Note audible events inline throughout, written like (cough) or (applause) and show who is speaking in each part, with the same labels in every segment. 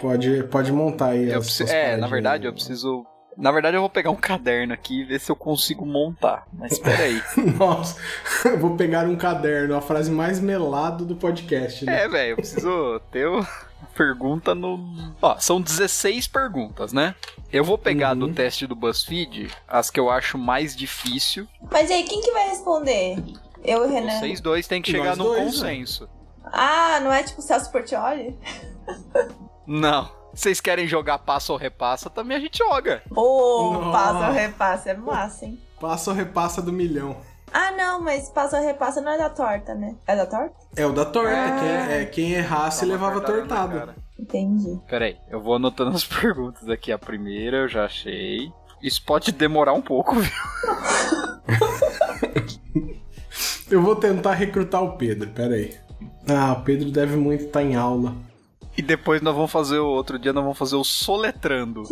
Speaker 1: Pode, pode montar aí.
Speaker 2: Eu
Speaker 1: as
Speaker 2: preciso-
Speaker 1: suas
Speaker 2: é, na
Speaker 1: paradinhas
Speaker 2: verdade
Speaker 1: aí.
Speaker 2: eu preciso. Na verdade eu vou pegar um caderno aqui e ver se eu consigo montar. Mas espera aí.
Speaker 1: (laughs) Nossa, (laughs) eu vou pegar um caderno, a frase mais melado do podcast, né?
Speaker 2: (laughs) É, velho, eu preciso ter o- a pergunta no. Ó, são 16 perguntas, né? Eu vou pegar do
Speaker 1: Uhum.
Speaker 2: teste do BuzzFeed as que eu acho mais difícil.
Speaker 3: Mas e aí, quem que vai responder? Eu e o Renan.
Speaker 2: Vocês dois têm que
Speaker 1: Nós
Speaker 2: chegar num
Speaker 1: dois, né?
Speaker 2: consenso.
Speaker 3: Ah, não é tipo Celso Portioli?
Speaker 2: Não. Vocês querem jogar passa ou repassa? Também a gente joga.
Speaker 3: Ô,
Speaker 1: Nossa.
Speaker 3: passa ou repassa, é massa, hein?
Speaker 1: Passa ou repassa do milhão.
Speaker 3: Ah, não, mas passa ou repassa não é da torta, né? É da torta?
Speaker 1: É o da torta,
Speaker 2: Ah.
Speaker 1: quem, é, quem errasse
Speaker 2: Toma
Speaker 1: levava
Speaker 2: Ah, na
Speaker 1: tortada.
Speaker 2: cara.
Speaker 3: Entendi.
Speaker 2: Peraí, eu vou anotando as (laughs) perguntas aqui. A primeira eu já achei. Isso pode demorar um pouco, viu?
Speaker 1: Eu vou tentar recrutar o Pedro, peraí. Ah, o Pedro deve muito estar em aula.
Speaker 2: E depois nós vamos fazer o outro dia, nós vamos fazer o soletrando.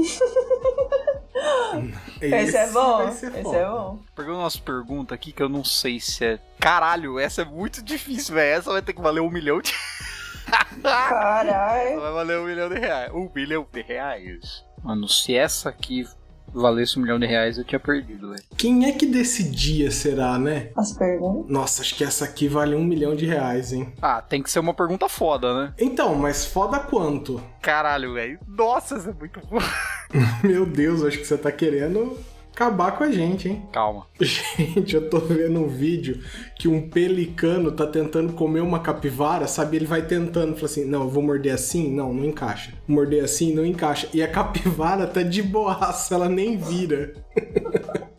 Speaker 3: Esse, é bom.
Speaker 1: vai
Speaker 3: Esse
Speaker 1: ser
Speaker 3: é
Speaker 1: foda.
Speaker 3: bom.
Speaker 2: Porque uma pergunta aqui que eu não sei se é. Caralho, essa é muito difícil, velho. Essa vai ter que valer um milhão de. essa
Speaker 3: Caralho.
Speaker 2: vai valer um milhão de reais. Um milhão de reais. Mano, se essa aqui valesse um milhão de reais, eu tinha perdido, velho.
Speaker 1: Quem é que decidia, será, né?
Speaker 3: As perguntas.
Speaker 1: Nossa, acho que essa aqui vale um milhão de reais, hein?
Speaker 2: Ah, tem que ser uma pergunta foda, né?
Speaker 1: Então, mas foda quanto? (laughs)
Speaker 2: Caralho, velho. Nossa, essa é muito boa.
Speaker 1: Meu Deus, acho que você tá querendo acabar com a gente, hein?
Speaker 2: Calma.
Speaker 1: Gente, eu tô vendo um vídeo que um pelicano tá tentando comer uma capivara, sabe? Ele vai tentando, fala assim: não, eu vou morder assim, não, não encaixa. Morder assim, não encaixa. E a capivara tá de boaça, ela nem vira.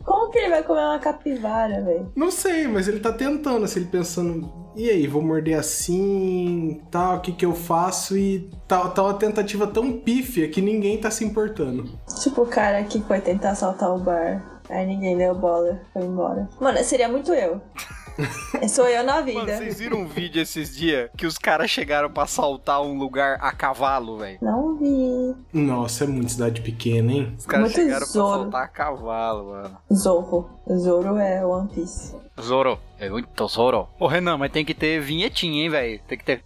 Speaker 3: Como que ele vai comer uma capivara, velho?
Speaker 1: Não sei, mas ele tá tentando, assim, ele pensando: e aí, vou morder assim, tal, o que que eu faço? E tal, tal, uma tentativa tão pífia que ninguém tá se importando.
Speaker 3: Tipo o cara que foi tentar assaltar o bar. Aí ninguém deu bola, foi embora. Mano, seria
Speaker 1: (laughs)
Speaker 3: muito eu. Sou eu na vida.
Speaker 2: Mano, vocês viram um vídeo esses dias que os caras chegaram pra assaltar um lugar a cavalo, velho?
Speaker 3: Não vi.
Speaker 1: Nossa, é muito cidade pequena, hein?
Speaker 2: Os caras
Speaker 3: Muito
Speaker 2: chegaram pra
Speaker 3: zoro.
Speaker 2: assaltar a cavalo, mano.
Speaker 3: Zorro. Zoro é One Piece.
Speaker 2: Zoro. É muito Zoro. Ô, Renan, mas tem que ter vinhetinha, hein, velho? Tem que ter...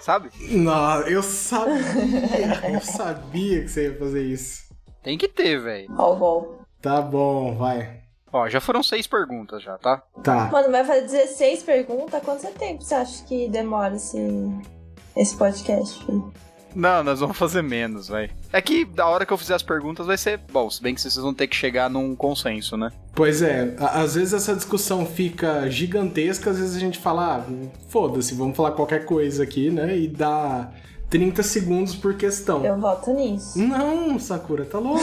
Speaker 2: Sabe?
Speaker 1: Não, eu sabia, eu sabia que você ia fazer isso.
Speaker 2: Tem que ter, velho.
Speaker 3: Ó, o gol.
Speaker 1: Tá bom, vai.
Speaker 2: Ó, já foram seis perguntas já, tá?
Speaker 1: Tá.
Speaker 3: Mano, vai fazer 16 perguntas? Quanto tempo você acha que demora esse, esse podcast? filho?
Speaker 2: Não, nós vamos fazer menos, velho. É que da hora que eu fizer as perguntas vai ser... Bom, se bem que vocês vão ter que chegar num consenso, né?
Speaker 1: Pois é, a- às vezes essa discussão fica gigantesca, às vezes a gente fala, ah, foda-se, vamos falar qualquer coisa aqui, né? E dá 30 segundos por questão.
Speaker 3: Eu voto nisso.
Speaker 1: Não, Sakura, tá louco?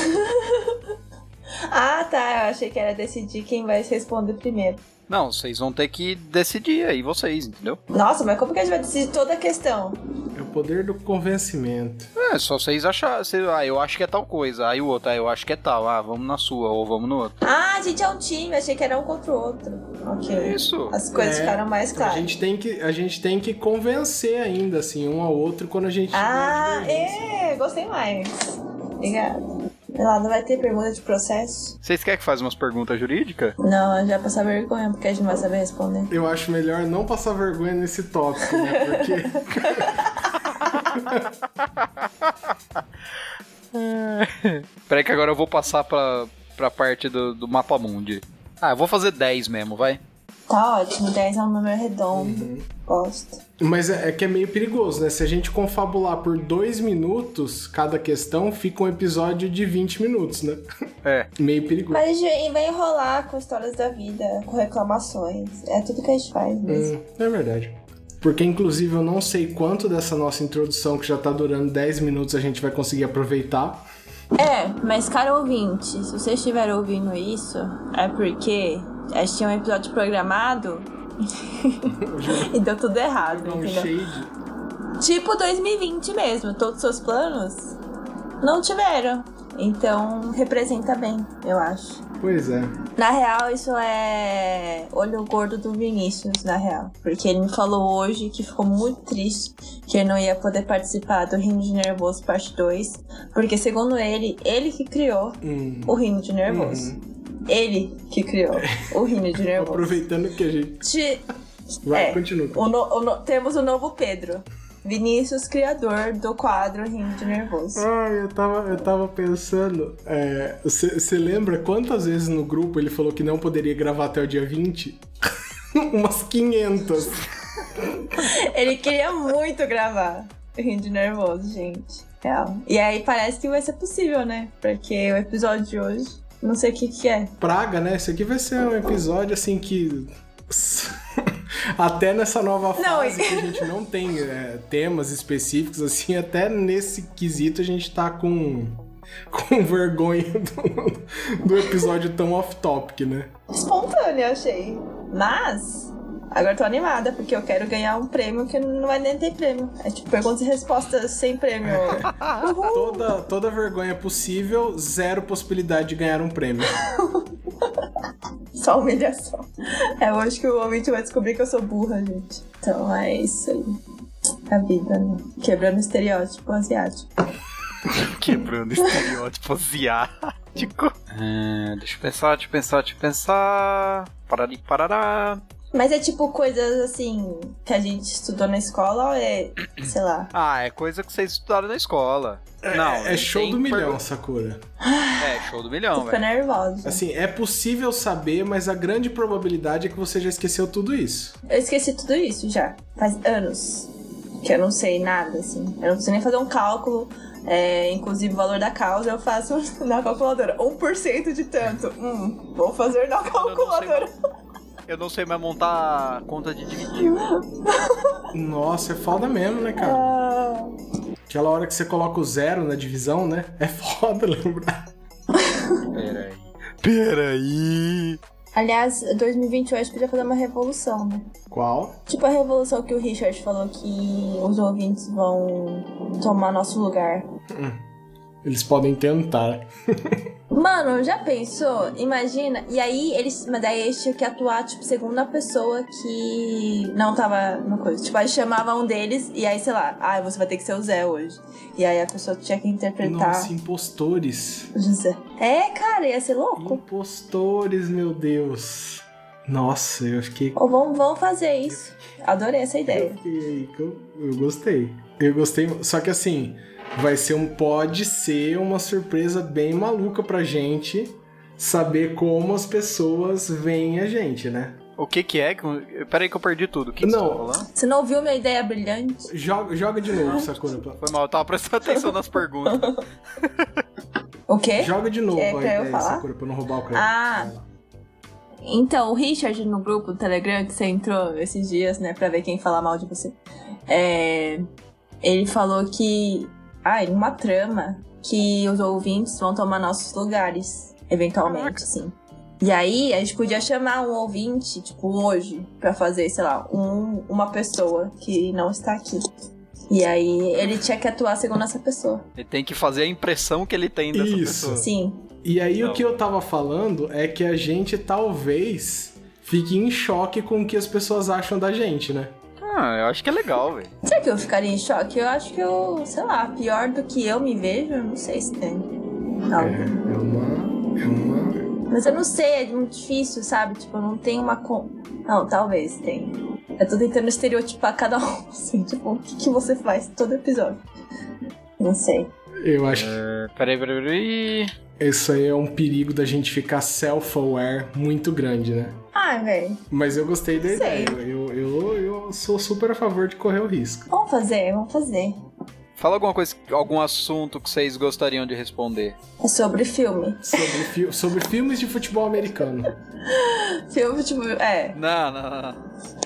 Speaker 3: Ah, tá. Eu achei que era decidir quem vai responder primeiro.
Speaker 2: Não, vocês vão ter que decidir aí, vocês, entendeu?
Speaker 3: Nossa, mas como que a gente vai decidir toda a questão?
Speaker 1: é o poder do convencimento.
Speaker 2: É, só vocês acharem... Ah, eu acho que é tal coisa. Aí o outro, ah, eu acho que é tal. Ah, vamos na sua ou vamos no outro.
Speaker 3: Ah, a gente é um time. Achei que era um contra o outro. Ok.
Speaker 2: Isso.
Speaker 3: As coisas
Speaker 1: É,
Speaker 3: ficaram mais
Speaker 1: A,
Speaker 3: claras.
Speaker 1: gente tem que, a gente tem que convencer ainda, assim, um ao outro quando a gente. tiver
Speaker 3: Ah,
Speaker 1: divergência.
Speaker 3: é. Gostei mais. Obrigada. Sei lá, não vai ter pergunta de processo?
Speaker 2: Vocês querem que faça umas perguntas jurídicas?
Speaker 3: Não, já passar vergonha, porque a gente não vai saber responder.
Speaker 1: Eu acho melhor não passar vergonha nesse tópico, né? Porque.
Speaker 2: Peraí que agora eu vou passar pra, pra parte do, do mapa mundi. Ah, eu vou fazer 10 mesmo, vai.
Speaker 3: Tá ótimo, 10 é um número redondo. Gosto.
Speaker 1: Mas é, é que é meio perigoso, né? Se a gente confabular por dois minutos cada questão, fica um episódio de 20 minutos, né? (laughs)
Speaker 2: É.
Speaker 1: Meio perigoso.
Speaker 3: Mas a gente vai enrolar com histórias da vida, com reclamações. É tudo que a gente faz mesmo.
Speaker 1: Hum, é verdade. Porque, inclusive, eu não sei quanto dessa nossa introdução, que já tá durando 10 minutos, a gente vai conseguir aproveitar.
Speaker 3: É, mas cara ouvinte, se você estiver ouvindo isso, é porque a gente tinha um episódio programado (laughs) e deu tudo errado,
Speaker 1: Não,
Speaker 3: entendeu?
Speaker 1: shade.
Speaker 3: Tipo 2020 mesmo, todos os seus planos não tiveram. Então representa bem, eu acho.
Speaker 1: Pois é.
Speaker 3: Na real, isso é olho gordo do Vinícius, na real. Porque ele me falou hoje que ficou muito triste que ele não ia poder participar do Rino de Nervoso Parte 2. Porque, segundo ele, ele que criou
Speaker 1: Hum. Uhum.
Speaker 3: o Rino de Nervoso. Ele
Speaker 1: (laughs)
Speaker 3: que criou o Rino de Nervoso.
Speaker 1: Aproveitando que a gente.
Speaker 3: Ti-
Speaker 1: Vai,
Speaker 3: É.
Speaker 1: continua.
Speaker 3: o no- o no- temos o novo Pedro. Vinícius, criador do quadro Rindo de Nervoso.
Speaker 1: Ah, eu tava, eu tava pensando. é, Você lembra quantas vezes no grupo ele falou que não poderia gravar até o dia 20? (laughs) Umas 500.
Speaker 3: Ele queria muito gravar Rindo de Nervoso, gente. Real. E aí parece que vai ser possível, né? Porque o episódio de hoje, não sei o que que é.
Speaker 1: Praga, né? Esse aqui vai ser um episódio assim que. (laughs) Até nessa nova
Speaker 3: Não,
Speaker 1: fase
Speaker 3: e-
Speaker 1: que a gente não tem é, temas específicos, assim, até nesse quesito a gente tá com, com vergonha (laughs) do, do episódio tão off-topic, né?
Speaker 3: Espontâneo, eu achei. Mas... Agora eu tô animada, porque eu quero ganhar um prêmio que não vai nem ter prêmio. É tipo perguntas e respostas sem (laughs) prêmio. Uhul!
Speaker 1: Toda, toda vergonha possível, zero possibilidade de ganhar um prêmio.
Speaker 3: Só humilhação. É hoje que o ouvinte vai descobrir que eu sou burra, gente. Então é isso aí. A vida, né? Quebrando estereótipo asiático.
Speaker 2: Quebrando (laughs) estereótipo asiático. É, deixa eu pensar, deixa eu pensar, deixa eu pensar. Parari, parará.
Speaker 3: Mas é tipo coisas assim que a gente estudou na escola ou é, sei lá.
Speaker 2: Ah, é coisa que vocês estudaram na escola. não,
Speaker 1: É show
Speaker 2: tem
Speaker 1: do milhão,
Speaker 2: pergunta-
Speaker 1: Sakura.
Speaker 2: É, show do milhão,
Speaker 3: Fica
Speaker 2: velho.
Speaker 3: nervosa.
Speaker 1: Assim, é possível saber, mas a grande probabilidade é que você já esqueceu tudo isso.
Speaker 3: Eu esqueci tudo isso já. Faz anos que eu não sei nada, assim. Eu não preciso nem fazer um cálculo. é, inclusive o valor da causa eu faço (laughs) na calculadora. 1% de tanto. Hum, vou fazer na calculadora.
Speaker 2: Eu não sei mais montar conta de dividir.
Speaker 1: Nossa, é foda mesmo, né, cara?
Speaker 3: (laughs) Ah.
Speaker 1: Aquela hora que você coloca o zero na divisão, né? É foda (laughs) lembrar.
Speaker 2: Peraí. Peraí.
Speaker 3: Aliás, 2028 podia fazer uma revolução, né?
Speaker 1: Qual?
Speaker 3: Tipo a revolução que o Richard falou que os ouvintes vão tomar nosso lugar.
Speaker 1: Eles podem tentar.
Speaker 3: Mano, já pensou? Imagina. E aí eles. Mas daí eles tinham que atuar, tipo, segundo a pessoa que não tava no coisa. Tipo, aí chamava um deles e aí, sei lá, ah, você vai ter que ser o Zé hoje. E aí a pessoa tinha que interpretar
Speaker 1: Nossa, impostores.
Speaker 3: o José. É, cara, ia ser louco.
Speaker 1: Impostores, meu Deus. Nossa, eu fiquei.
Speaker 3: Ou vamos, vamos fazer isso. Adorei essa
Speaker 1: Eu,
Speaker 3: ideia.
Speaker 1: fiquei- eu- eu gostei. Eu gostei. Só que assim, vai ser um. Pode ser uma surpresa bem maluca pra gente saber como as pessoas veem a gente, né?
Speaker 2: O que que é? que- Peraí que eu perdi tudo. O que, que você
Speaker 1: Não.
Speaker 2: tá falando?
Speaker 3: Você não ouviu minha ideia brilhante?
Speaker 1: Joga, joga de novo, Sakura.
Speaker 2: Foi mal, eu tava prestando atenção nas perguntas.
Speaker 3: O quê?
Speaker 1: Joga de novo
Speaker 3: É
Speaker 1: a
Speaker 3: pra eu
Speaker 1: ideia,
Speaker 3: falar?
Speaker 1: Sakura, pra eu não roubar o crédito.
Speaker 3: Ah. Então, o Richard no grupo do Telegram, que você entrou esses dias, né, pra ver quem fala mal de você, é, ele falou que. Ai, numa trama, que os ouvintes vão tomar nossos lugares, eventualmente,
Speaker 2: Caraca.
Speaker 3: sim. E aí, a gente podia chamar um ouvinte, tipo, hoje, pra fazer, sei lá, um, uma pessoa que não está aqui. E aí, ele tinha que atuar segundo essa pessoa.
Speaker 2: Ele tem que fazer a impressão que ele tem dessa
Speaker 1: Isso.
Speaker 2: pessoa.
Speaker 3: Sim.
Speaker 1: E aí o
Speaker 2: Não.
Speaker 1: que eu tava falando é que a gente talvez fique em choque com o que as pessoas acham da gente, né?
Speaker 2: Ah, eu acho que é legal, velho.
Speaker 3: Será que eu ficaria em choque? Eu acho que eu, sei lá, pior do que eu me vejo, eu não sei se tem. Não.
Speaker 1: é uma. É uma.
Speaker 3: Mas eu não sei, é muito difícil, sabe? Tipo, não tem uma. con- Não, talvez tenha. Eu tô tentando estereotipar cada um, (laughs) assim, tipo, o que, que você faz todo episódio. Não sei.
Speaker 1: Eu acho
Speaker 2: Peraí, peraí, peraí.
Speaker 1: que isso aí é um perigo da gente ficar self-aware muito grande, né?
Speaker 3: Ah, velho,
Speaker 1: Mas eu gostei da
Speaker 3: Sei.
Speaker 1: ideia. Eu, eu, eu sou super a favor de correr o risco.
Speaker 3: vamos fazer, vamos fazer.
Speaker 2: Fala alguma coisa, algum assunto que vocês gostariam de responder.
Speaker 3: É sobre filme.
Speaker 1: Sobre, fi- sobre filmes de futebol americano. (laughs)
Speaker 3: Filme, tipo, é,
Speaker 2: Não, não, não, não.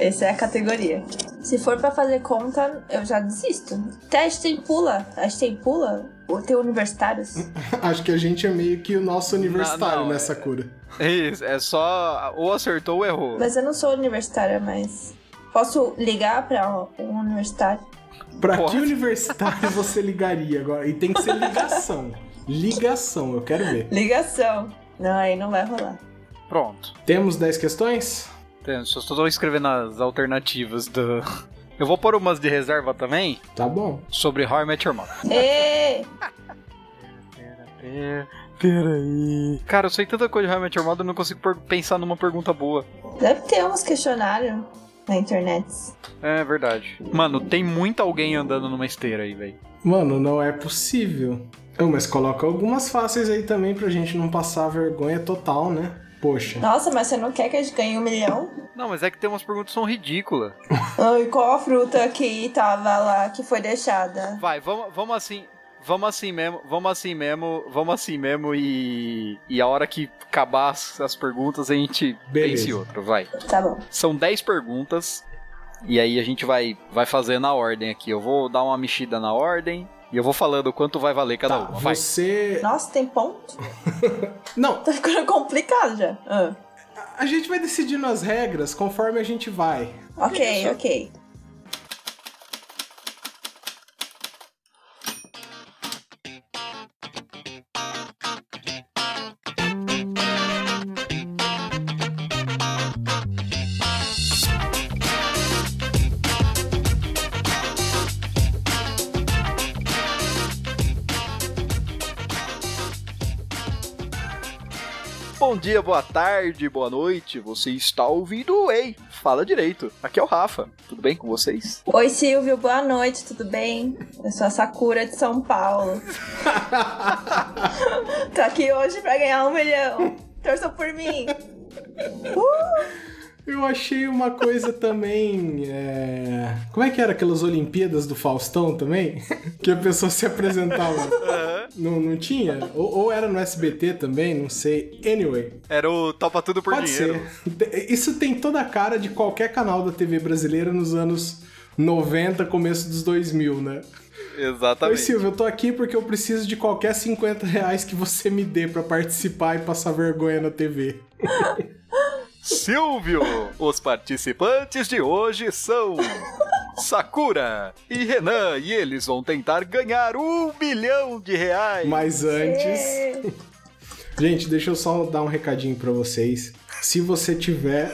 Speaker 3: Essa é a categoria. Se for pra fazer conta, eu já desisto. Até a gente tem pula. A gente tem pula. Ou tem universitários.
Speaker 1: Acho que a gente é meio que o nosso universitário
Speaker 2: não, é-
Speaker 1: nessa cura.
Speaker 2: É Isso, é só ou acertou ou errou.
Speaker 3: Mas eu não sou universitária, mas. Posso ligar pra um universitário?
Speaker 1: Pra
Speaker 2: Pode.
Speaker 1: que universitário (laughs) você ligaria agora? E tem que ser ligação. Ligação, eu quero ver.
Speaker 3: Ligação. Não, aí não vai rolar.
Speaker 2: Pronto.
Speaker 1: Temos 10 questões?
Speaker 2: Tem- Só estou escrevendo as alternativas do. Eu vou pôr umas de reserva também
Speaker 1: Tá bom.
Speaker 2: sobre How I Met Your Mother.
Speaker 3: Ê!
Speaker 2: É, Peraí. Cara, eu sei tanta coisa de How I Met Your Mother, eu não consigo per- pensar numa pergunta boa.
Speaker 3: Deve ter uns questionários. na internet.
Speaker 2: É verdade. Mano, tem muito alguém andando numa esteira aí, velho.
Speaker 1: Mano, não é possível. Ô, mas coloca algumas fáceis aí também pra gente não passar vergonha total, né? Poxa.
Speaker 3: Nossa, mas você não quer que a gente ganhe um milhão?
Speaker 2: Não, mas é que tem umas perguntas que são ridículas.
Speaker 3: Ai, qual a fruta que tava lá, que foi deixada?
Speaker 2: Vai, vamos vamos assim. Vamos assim mesmo, vamos assim mesmo, vamos assim mesmo e. E a hora que acabar as, as perguntas, a gente
Speaker 1: Beleza.
Speaker 2: pense outro, vai.
Speaker 3: Tá bom.
Speaker 2: São 10 perguntas. E aí a gente vai, vai fazer na ordem aqui. Eu vou dar uma mexida na ordem. E eu vou falando quanto vai valer cada
Speaker 1: Tá,
Speaker 2: uma. Vai.
Speaker 1: você.
Speaker 3: Nossa, tem ponto? (laughs)
Speaker 1: Não,
Speaker 3: Tá ficando complicado já. Ah.
Speaker 1: a gente vai decidindo as regras conforme a gente vai. (laughs)
Speaker 3: Ok, ok.
Speaker 2: Bom dia, boa tarde, boa noite. Você está ouvindo o Ei. Fala direito. Aqui é o Rafa. Tudo bem com vocês?
Speaker 3: Oi, Silvio, boa noite, tudo bem? Eu sou a Sakura de São Paulo. Tô aqui hoje pra ganhar um milhão. Torçam por mim.
Speaker 1: Eu achei uma coisa também. é, Como é que era aquelas Olimpíadas do Faustão também? (laughs) que a pessoa se apresentava. Não, não tinha? Ou, ou era no SBT também, não sei. Anyway,
Speaker 2: Era o Topa Tudo por
Speaker 1: pode
Speaker 2: Dinheiro.
Speaker 1: ser. Te- (laughs) Isso tem toda a cara de qualquer canal da TV brasileira nos anos 90, começo dos 2000, né? Oi,
Speaker 2: Exatamente.
Speaker 1: Silvio, eu tô aqui porque eu preciso de qualquer 50 reais que você me dê pra participar e passar vergonha na TV.
Speaker 2: Silvio! Os participantes de hoje são Sakura e Renan, e eles vão tentar ganhar um bilhão de reais.
Speaker 1: Mas antes.
Speaker 3: É.
Speaker 1: Gente, deixa eu só dar um recadinho pra vocês. Se você tiver,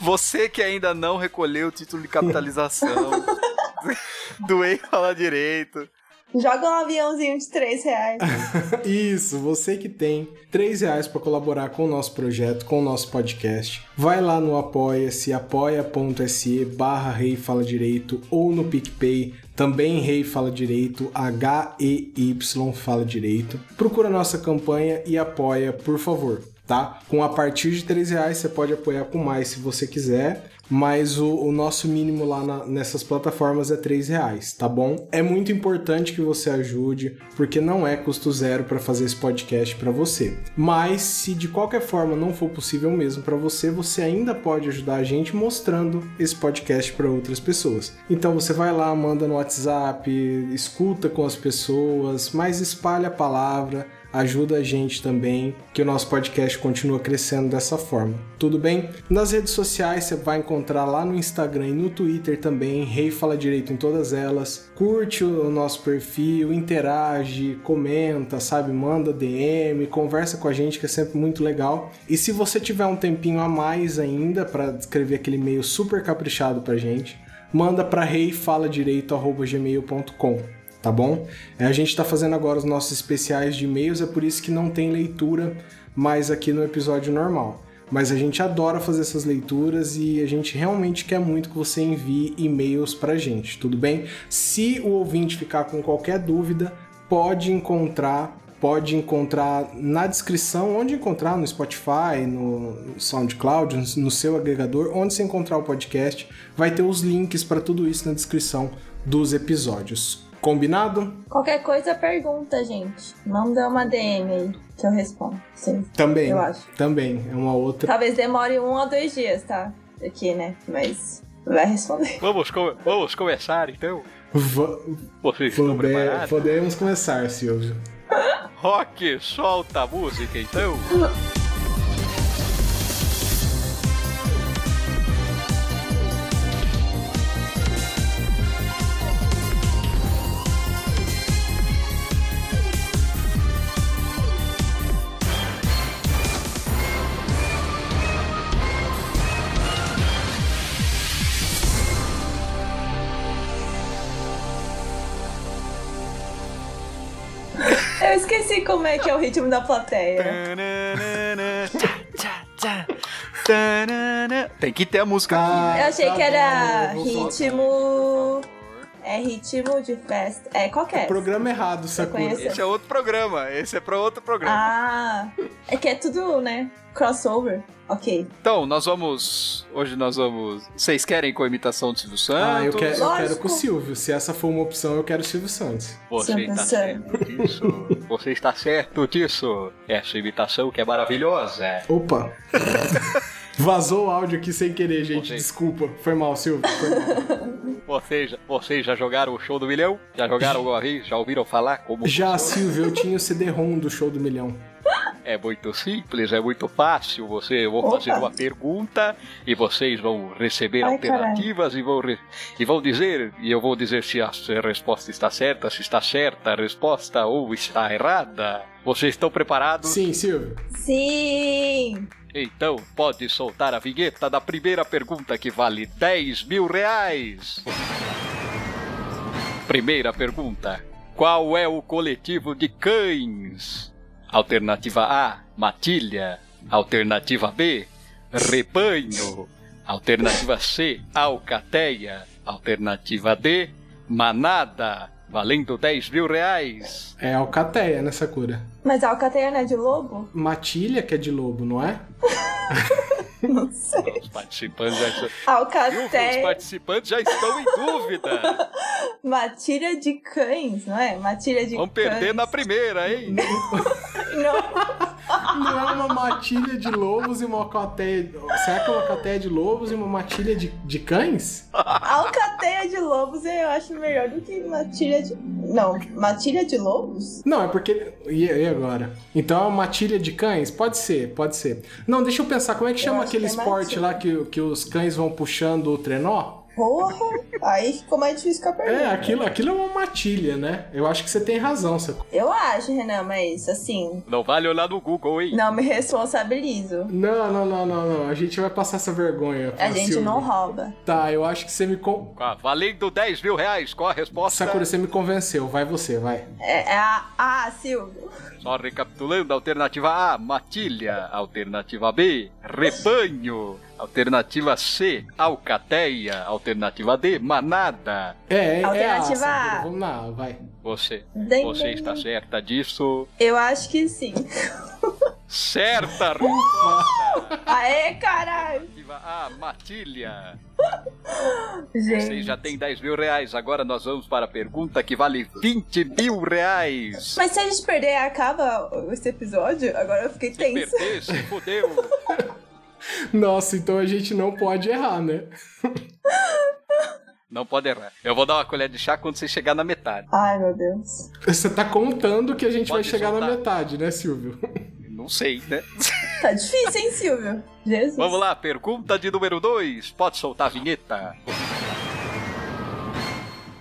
Speaker 2: Você que ainda não recolheu o título de capitalização, doei falar direito.
Speaker 3: Joga um aviãozinho de 3 reais.
Speaker 1: (laughs) isso, você que tem três reais pra colaborar com o nosso projeto, com o nosso podcast, vai lá no apoia-se, apoia.se barra Rei Fala Direito ou no PicPay, também Rei Fala Direito, H-E-Y Fala Direito. Procura a nossa campanha e apoia, por favor, tá? Com a partir de três reais você pode apoiar com mais se você quiser. Mas o, o nosso mínimo lá na- nessas plataformas é 3 reais, tá bom? É muito importante que você ajude, porque não é custo zero para fazer esse podcast para você. Mas se de qualquer forma não for possível mesmo para você, você ainda pode ajudar a gente mostrando esse podcast para outras pessoas. Então você vai lá, manda no WhatsApp, escuta com as pessoas, mas espalha a palavra, ajuda a gente também, que o nosso podcast continua crescendo dessa forma. Tudo bem? Nas redes sociais você vai encontrar lá no Instagram e no Twitter também, Rei Fala Direito em todas elas. Curte o nosso perfil, interage, comenta, sabe? Manda DM, conversa com a gente que é sempre muito legal. E se você tiver um tempinho a mais ainda para escrever aquele e-mail super caprichado pra gente, manda para reifaladireito@gmail.com, tá bom? É, a gente está fazendo agora os nossos especiais de e-mails, é por isso que não tem leitura mais aqui no episódio normal. Mas a gente adora fazer essas leituras e a gente realmente quer muito que você envie e-mails pra gente, tudo bem? Se o ouvinte ficar com qualquer dúvida, pode encontrar, pode encontrar na descrição onde encontrar no Spotify, no SoundCloud, no seu agregador, onde você encontrar o podcast, vai ter os links para tudo isso na descrição dos episódios. Combinado?
Speaker 3: Qualquer coisa, pergunta, gente. Manda uma DM aí que eu respondo. Sim.
Speaker 1: Também.
Speaker 3: Eu acho.
Speaker 1: Também. É uma outra.
Speaker 3: Talvez demore um a dois dias, tá? Aqui, né? Mas vai responder. (laughs)
Speaker 2: Vamos, co- vamos começar então?
Speaker 1: Va-
Speaker 2: Vocês estão
Speaker 1: pode-
Speaker 2: preparados?
Speaker 1: podemos começar, Silvio.
Speaker 2: Rock, solta a música então!
Speaker 3: Eu esqueci como é que é o ritmo da plateia.
Speaker 2: Tananana, tchá, tchá, tchá, Tanana. Tem que ter a música aqui, né?
Speaker 3: Eu achei que era
Speaker 1: É, tá bom, eu vou voltar.
Speaker 3: ritmo. É ritmo de festa. É, qual que é?
Speaker 1: Programa errado, Sakura.
Speaker 3: conhece?
Speaker 2: Esse é outro programa. Esse é pra outro programa.
Speaker 3: Ah, é que é tudo, né? Crossover. Ok.
Speaker 2: Então, nós vamos. Hoje nós vamos. Vocês querem com a imitação do Silvio Santos?
Speaker 1: Ah, eu quero, eu quero
Speaker 3: Lógico.
Speaker 1: com o Silvio. Se essa for uma opção, eu quero o Silvio Santos.
Speaker 2: Você
Speaker 3: Silvio
Speaker 2: está certo disso. Você está certo disso. Essa imitação que é maravilhosa.
Speaker 1: Opa! (laughs) Vazou o áudio aqui sem querer, gente.
Speaker 2: Ok.
Speaker 1: Desculpa. Foi mal, Silvio. Foi mal.
Speaker 2: Vocês, vocês já jogaram o show do milhão? Já jogaram alguma vez? Já ouviram falar como
Speaker 1: Já,
Speaker 2: funciona?
Speaker 1: Silvio, eu tinha o CD-ROM do show do milhão.
Speaker 2: É muito simples, é muito fácil. Você eu vou
Speaker 3: Opa.
Speaker 2: fazer uma pergunta e vocês vão receber
Speaker 3: Ai,
Speaker 2: alternativas e vão, re- e vão dizer e eu vou dizer se a, se a resposta está certa, se está certa a resposta ou está errada. Vocês estão preparados?
Speaker 1: Sim, Silvio.
Speaker 3: Sim!
Speaker 2: Então pode soltar a vinheta da primeira pergunta que vale 10 mil reais. Primeira pergunta: Qual é o coletivo de cães? Alternativa A: matilha. Alternativa B: rebanho. Alternativa C: alcateia. Alternativa D: manada. Valendo 10 mil reais.
Speaker 1: É Alcateia, né, Sakura?
Speaker 3: Mas a Alcateia não é de lobo?
Speaker 1: Matilha, que é de lobo, não é?
Speaker 3: Não sei.
Speaker 2: Os participantes já, estão- os
Speaker 3: Alcateia.
Speaker 2: participantes já estão em dúvida.
Speaker 3: Matilha de cães, não é? Matilha de
Speaker 2: Vamos
Speaker 3: cães.
Speaker 2: perder na primeira,
Speaker 3: (laughs)
Speaker 2: hein?
Speaker 3: Não,
Speaker 1: Não é uma matilha de lobos e uma alcateia. Será que é uma alcateia de lobos e uma matilha de, de cães?
Speaker 3: Alcateia de lobos eu acho melhor do que matilha de. Não, matilha de lobos?
Speaker 1: Não, é porque. E, e agora? Então é uma matilha de cães? Pode ser, pode ser. Não, deixa eu pensar, como é que
Speaker 3: Eu
Speaker 1: chama
Speaker 3: acho que
Speaker 1: aquele
Speaker 3: é
Speaker 1: esporte
Speaker 3: matilha.
Speaker 1: lá que, que os cães vão puxando o trenó?
Speaker 3: Porra! Aí ficou mais difícil que a pergunta.
Speaker 1: É, aquilo, aquilo é uma matilha, né? Eu acho que você tem razão, Sakura.
Speaker 3: Eu acho, Renan, mas assim,
Speaker 2: Não vale olhar no Google, hein?
Speaker 3: não me responsabilizo.
Speaker 1: Não, não, não, não, não. A gente vai passar essa vergonha.
Speaker 3: A gente
Speaker 1: Ah, Silvio.
Speaker 3: não rouba.
Speaker 1: Tá, eu acho que você me. Con...
Speaker 2: Ah, valendo 10 mil reais, qual a resposta?
Speaker 1: Sakura, você me convenceu. Vai você, vai.
Speaker 3: É, é a. Ah, Silvio.
Speaker 2: Só recapitulando, alternativa A, matilha. Alternativa B, rebanho. Alternativa C, alcateia. Alternativa D, manada.
Speaker 1: É, é.
Speaker 3: Alternativa
Speaker 1: é a,
Speaker 3: A.
Speaker 1: Sakura. Vamos lá, vai.
Speaker 2: Você,
Speaker 3: Ding,
Speaker 2: você
Speaker 3: ding,
Speaker 2: está
Speaker 3: ding.
Speaker 2: certa disso?
Speaker 3: Eu acho
Speaker 2: (laughs)
Speaker 3: que sim. (laughs)
Speaker 2: Certa resposta!
Speaker 3: Aê, caralho!
Speaker 2: Alternativa A, matilha. Vocês
Speaker 3: Gente.
Speaker 2: já têm 10 mil reais. Agora nós vamos para a pergunta que vale 20 mil reais.
Speaker 3: Mas se a gente perder, acaba esse episódio? Agora eu fiquei
Speaker 2: Se
Speaker 3: tensa.
Speaker 2: perder, se fudeu.
Speaker 1: Nossa, então a gente não pode errar, né?
Speaker 2: Não pode errar. Eu vou dar uma colher de chá quando você chegar na metade.
Speaker 3: Ai, meu Deus.
Speaker 1: Você tá contando que a gente
Speaker 2: Pode
Speaker 1: vai chegar na
Speaker 2: soltar.
Speaker 1: metade, né, Silvio?
Speaker 2: Não sei, né?
Speaker 3: Tá difícil, hein, Silvio? Jesus.
Speaker 2: Vamos lá, pergunta de número 2. Pode soltar a vinheta.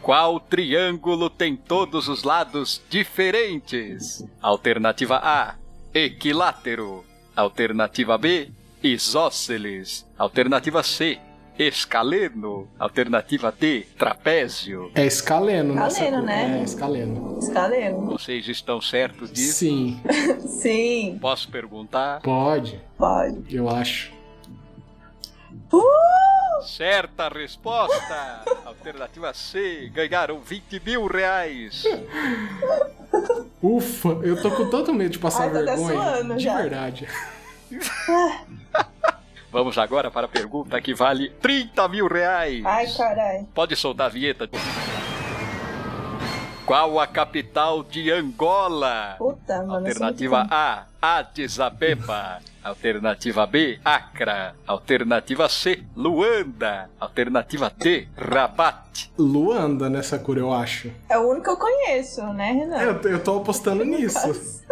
Speaker 2: Qual triângulo tem todos os lados diferentes? Alternativa A: equilátero. Alternativa B: isósceles. Alternativa C: escaleno. Alternativa D: trapézio.
Speaker 1: É escaleno, né?
Speaker 3: Escaleno,
Speaker 1: Sakura?
Speaker 3: né?
Speaker 1: É, escaleno.
Speaker 3: Está lendo?
Speaker 2: Vocês estão certos disso?
Speaker 1: Sim,
Speaker 3: Sim,
Speaker 2: Posso perguntar?
Speaker 1: pode,
Speaker 3: pode.
Speaker 1: eu acho.
Speaker 2: Certa resposta! Alternativa C, ganharam 20 mil reais!
Speaker 1: Ufa, eu tô com tanto medo de passar
Speaker 3: Ai, tô até
Speaker 1: vergonha.
Speaker 3: suando
Speaker 1: de
Speaker 3: já.
Speaker 1: verdade.
Speaker 2: Vamos agora para a pergunta que vale 30 mil reais!
Speaker 3: Ai, caralho.
Speaker 2: Pode soltar a vinheta. Qual a capital de Angola?
Speaker 3: Puta, mano. eu sou muito
Speaker 2: Alternativa A, Addis Abeba. Alternativa B, Acra. Alternativa C, Luanda. Alternativa D, Rabat.
Speaker 1: Luanda, né, Sakura, eu acho.
Speaker 3: É o único que eu conheço, né, Renan?
Speaker 1: Eu, eu tô apostando nisso.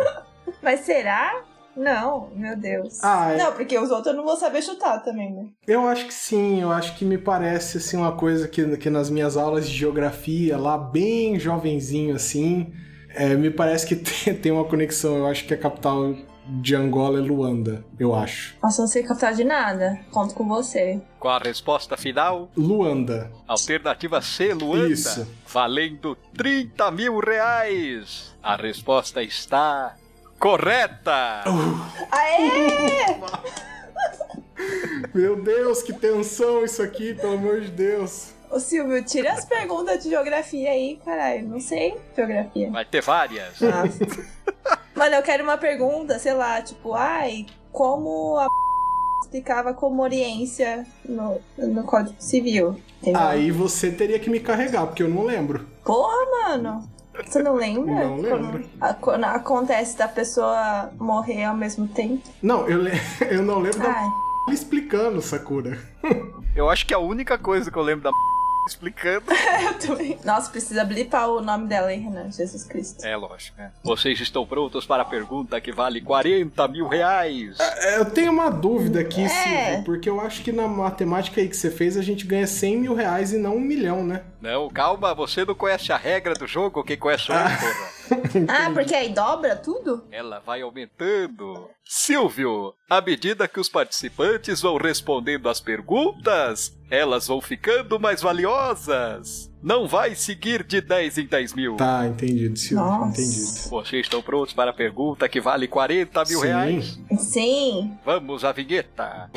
Speaker 3: Mas será? Não, meu Deus.
Speaker 1: Ah, é.
Speaker 3: Não, porque os outros eu não vou saber chutar também, né?
Speaker 1: Eu acho que sim, eu acho que me parece assim uma coisa que, que nas minhas aulas de geografia, lá bem jovenzinho assim, é, me parece que (laughs) tem, tem uma conexão. Eu acho que a capital de Angola é Luanda, eu acho.
Speaker 3: Nossa, eu não sei capital de nada. Conto com você.
Speaker 2: Qual a resposta final?
Speaker 1: Luanda.
Speaker 2: Alternativa C, Luanda.
Speaker 1: Isso.
Speaker 2: Valendo 30 mil reais. A resposta está correta.
Speaker 3: Aê!
Speaker 1: Meu Deus, que tensão isso aqui, pelo amor de Deus.
Speaker 3: Ô Silvio, tira as perguntas de geografia aí, caralho. Não sei geografia.
Speaker 2: Vai ter várias.
Speaker 3: Ah. (laughs) Mano, eu quero uma pergunta, sei lá, tipo, ai, como a (laughs) explicava como oriência no, no Código Civil? entendeu?
Speaker 1: Aí você teria que me carregar, porque eu não lembro.
Speaker 3: Porra, mano! Você não lembra?
Speaker 1: Ah. Não lembro.
Speaker 3: Quando, a- quando acontece da pessoa morrer ao mesmo tempo.
Speaker 1: Não, eu, le- (laughs) eu não lembro da
Speaker 3: Ai,
Speaker 1: p... explicando, Sakura.
Speaker 2: Eu acho que é a única coisa que eu lembro da explicando.
Speaker 3: (laughs) eu também. Nossa, precisa blipar o nome dela, hein, Renan? Jesus Cristo.
Speaker 2: É, lógico. é. Vocês estão prontos para a pergunta que vale 40 mil reais?
Speaker 1: É, Eu tenho uma dúvida aqui,
Speaker 3: É.
Speaker 1: Silvio, porque eu acho que na matemática aí que você fez a gente ganha 100 mil reais e não um milhão, né?
Speaker 2: Não, calma, você não conhece a regra do jogo, quem conhece sou eu, porra.
Speaker 3: Ah, porque aí dobra tudo?
Speaker 2: Ela vai aumentando. Silvio, à medida que os participantes vão respondendo as perguntas, elas vão ficando mais valiosas. Não vai seguir de 10 em 10 mil.
Speaker 1: Tá, entendido, Silvio.
Speaker 3: Nossa.
Speaker 1: Entendido.
Speaker 2: Vocês estão prontos para a pergunta que vale 40 mil
Speaker 1: Sim.
Speaker 2: reais?
Speaker 3: Sim.
Speaker 2: Vamos à vinheta.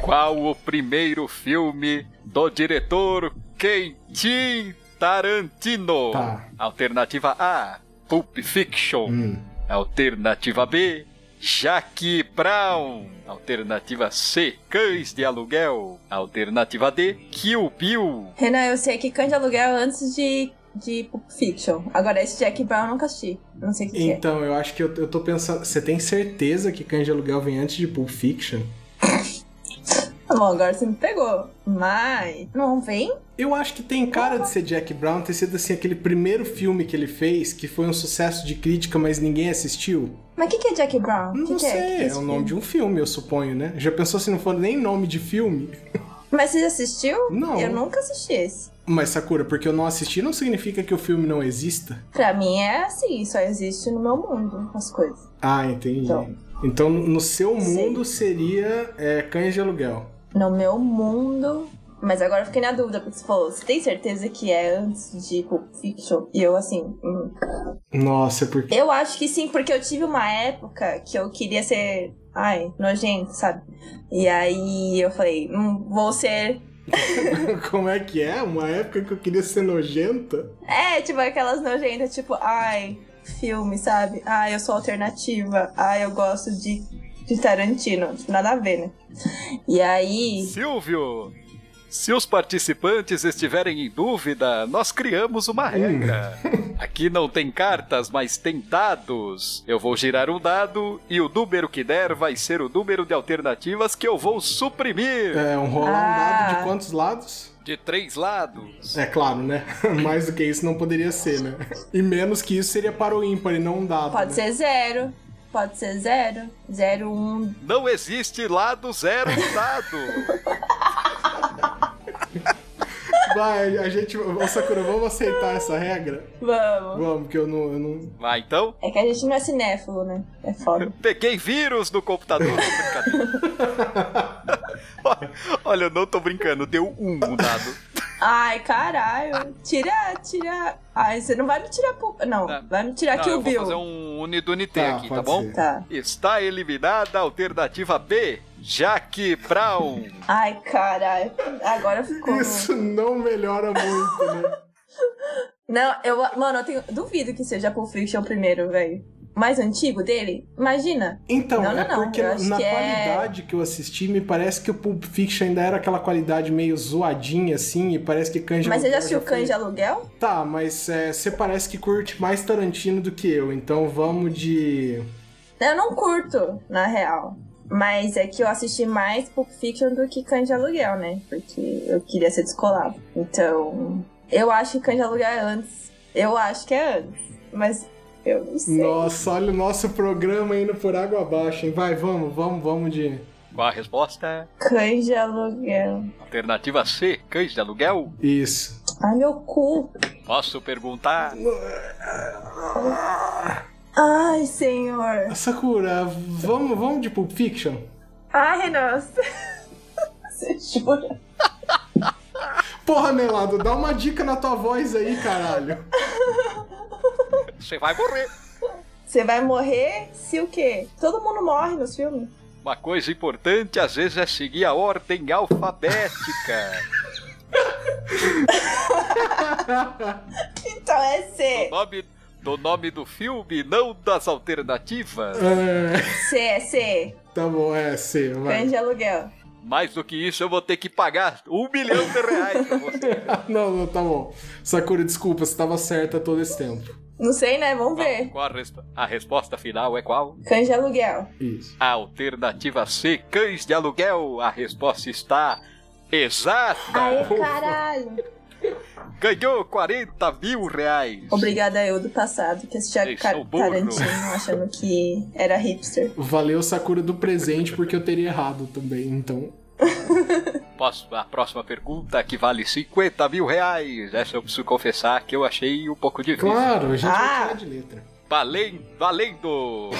Speaker 2: Qual o primeiro filme do diretor Quentin Tarantino?
Speaker 1: Tá.
Speaker 2: Alternativa A, Pulp Fiction.
Speaker 1: Hum.
Speaker 2: Alternativa B, Jack Brown. Alternativa C, Cães de Aluguel. Alternativa D, Kill Bill.
Speaker 3: Renan, eu sei que Cães de Aluguel é antes de, de Pulp Fiction. Agora, esse Jack Brown eu nunca assisti. Eu Não sei o que, que é.
Speaker 1: Então, eu acho que eu, eu tô pensando. Você tem certeza que Cães de Aluguel vem antes de Pulp Fiction?
Speaker 3: Tá bom, agora você me pegou. Mas. Não vem?
Speaker 1: Eu acho que tem cara de ser Jack Brown ter sido assim aquele primeiro filme que ele fez que foi um sucesso de crítica, mas ninguém assistiu.
Speaker 3: Mas o que, que é Jack Brown?
Speaker 1: Não
Speaker 3: que que
Speaker 1: sei,
Speaker 3: é? Que que
Speaker 1: é,
Speaker 3: esse
Speaker 1: o
Speaker 3: filme?
Speaker 1: nome de um filme, eu suponho, né? Já pensou se não for nem nome de filme?
Speaker 3: Mas você já assistiu?
Speaker 1: Não.
Speaker 3: Eu nunca assisti esse.
Speaker 1: Mas Sakura, porque eu não assisti não significa que o filme não exista.
Speaker 3: Pra mim é assim, só existe no meu mundo as coisas.
Speaker 1: Ah, entendi. Então,
Speaker 3: Então.
Speaker 1: no seu
Speaker 3: Sim.
Speaker 1: mundo seria é, Cães de Aluguel.
Speaker 3: No meu mundo. Mas agora eu fiquei na dúvida, porque você falou, você tem certeza que é antes de Pulp Fiction? E eu assim. hum.
Speaker 1: Nossa, porque. (laughs)
Speaker 3: Eu acho que sim, porque eu tive uma época que eu queria ser. Ai, nojento, sabe? E aí eu falei, hum, vou ser.
Speaker 1: Como é que é? Uma época que eu queria ser nojenta?
Speaker 3: É, tipo aquelas nojentas, tipo, ai, filme, sabe? Ai, eu sou alternativa. Ai, eu gosto de, de Tarantino. Tipo, nada a ver, né? E aí.
Speaker 2: Silvio, se os participantes estiverem em dúvida, nós criamos uma regra. Aqui não tem cartas, mas tem dados. Eu vou girar um dado e o número que der vai ser o número de alternativas que eu vou suprimir.
Speaker 1: É, um rolar um dado
Speaker 3: Ah.
Speaker 1: de quantos lados?
Speaker 2: De três lados.
Speaker 1: É claro, né? (laughs) Mais do que isso não poderia ser, né? E menos que isso seria para o ímpar e não um dado.
Speaker 3: Pode
Speaker 1: né?
Speaker 3: ser zero. Pode ser zero. Zero, um.
Speaker 2: Não existe lado zero no dado.
Speaker 1: Vai, a gente. Ô, Sakura, vamos aceitar essa regra?
Speaker 3: Vamos.
Speaker 1: Vamos, que eu não. Eu não...
Speaker 2: Vai então.
Speaker 3: É que a gente não é cinéfilo, né? É foda.
Speaker 2: Peguei vírus no computador. Brincadeira. (laughs) Olha, eu não tô brincando. Deu um o dado.
Speaker 3: Ai, caralho. Tira, tira. Ai, você não vai me tirar pulpa. Não,
Speaker 2: Tá.
Speaker 3: vai me tirar
Speaker 2: Não,
Speaker 3: Kill
Speaker 2: eu vou
Speaker 3: É Bill.
Speaker 2: fazer um Unidunité
Speaker 1: Tá,
Speaker 2: aqui,
Speaker 1: pode
Speaker 2: tá bom?
Speaker 1: ser.
Speaker 3: Tá.
Speaker 2: Está eliminada a alternativa B, Jack Brown.
Speaker 3: Ai, caralho. Agora ficou.
Speaker 1: Isso não melhora muito, né?
Speaker 3: Não, eu. Mano, eu tenho. Duvido que seja Pulp Fiction o primeiro, velho. Mais antigo dele? Imagina.
Speaker 1: Então,
Speaker 3: Não, não,
Speaker 1: é
Speaker 3: não,
Speaker 1: porque
Speaker 3: eu
Speaker 1: na
Speaker 3: acho que é-
Speaker 1: qualidade que eu assisti, me parece que o Pulp Fiction ainda era aquela qualidade meio zoadinha, assim, e parece que Canja.
Speaker 3: Mas você já assistiu Cães de Aluguel?
Speaker 1: Tá, mas é, você parece que curte mais Tarantino do que eu, então vamos de.
Speaker 3: Eu não curto, na real. Mas é que eu assisti mais Pulp Fiction do que Cães de Aluguel, né? Porque eu queria ser descolado. Então. Eu acho que Cães de Aluguel é antes. Eu acho que é antes. Mas eu não sei.
Speaker 1: Nossa, olha o nosso programa indo por água abaixo, hein? Vai, vamos, vamos, vamos de.
Speaker 2: Qual a resposta?
Speaker 3: Cães de Aluguel.
Speaker 2: Alternativa C, cães de aluguel?
Speaker 1: Isso.
Speaker 3: Ai, meu cu.
Speaker 2: Posso perguntar?
Speaker 3: Ai, senhor.
Speaker 1: Sakura, vamos, vamos de Pulp Fiction?
Speaker 3: Ai, nossa. (laughs) Você jura?
Speaker 1: Porra, Melado, dá uma dica na tua voz aí, caralho. (laughs)
Speaker 2: Você vai morrer.
Speaker 3: Você vai morrer se o quê? Todo mundo morre nos filmes.
Speaker 2: Uma coisa importante às vezes é seguir a ordem alfabética.
Speaker 3: Então é
Speaker 2: do,
Speaker 3: C.
Speaker 2: nome, do nome do filme, não das alternativas.
Speaker 1: É,
Speaker 3: C é C.
Speaker 1: tá bom, é C, vai.
Speaker 3: Grande aluguel.
Speaker 2: Mais do que isso, eu vou ter que pagar um milhão de reais pra você.
Speaker 1: (laughs) não, não, tá bom. Sakura, desculpa, você tava certa todo esse tempo.
Speaker 3: Não sei, né? (laughs) Vamos ver.
Speaker 2: Qual a, resp- a resposta final é qual?
Speaker 3: Cães de aluguel.
Speaker 1: Isso.
Speaker 2: A alternativa C, cães de aluguel. A resposta está exata.
Speaker 3: Aê, caralho.
Speaker 2: Ganhou 40 mil reais.
Speaker 3: Obrigada eu do passado que assistia
Speaker 2: Vocês
Speaker 3: Car
Speaker 2: são burro.
Speaker 3: Tarantino achando que era hipster.
Speaker 1: Valeu, Sakura, do presente, porque eu teria errado também, então.
Speaker 2: Posso- a próxima pergunta, que vale 50 mil reais. Essa eu preciso confessar que eu achei um pouco difícil.
Speaker 1: Claro, a gente vai
Speaker 3: Ah.
Speaker 1: tirar de letra.
Speaker 2: Valen- valendo!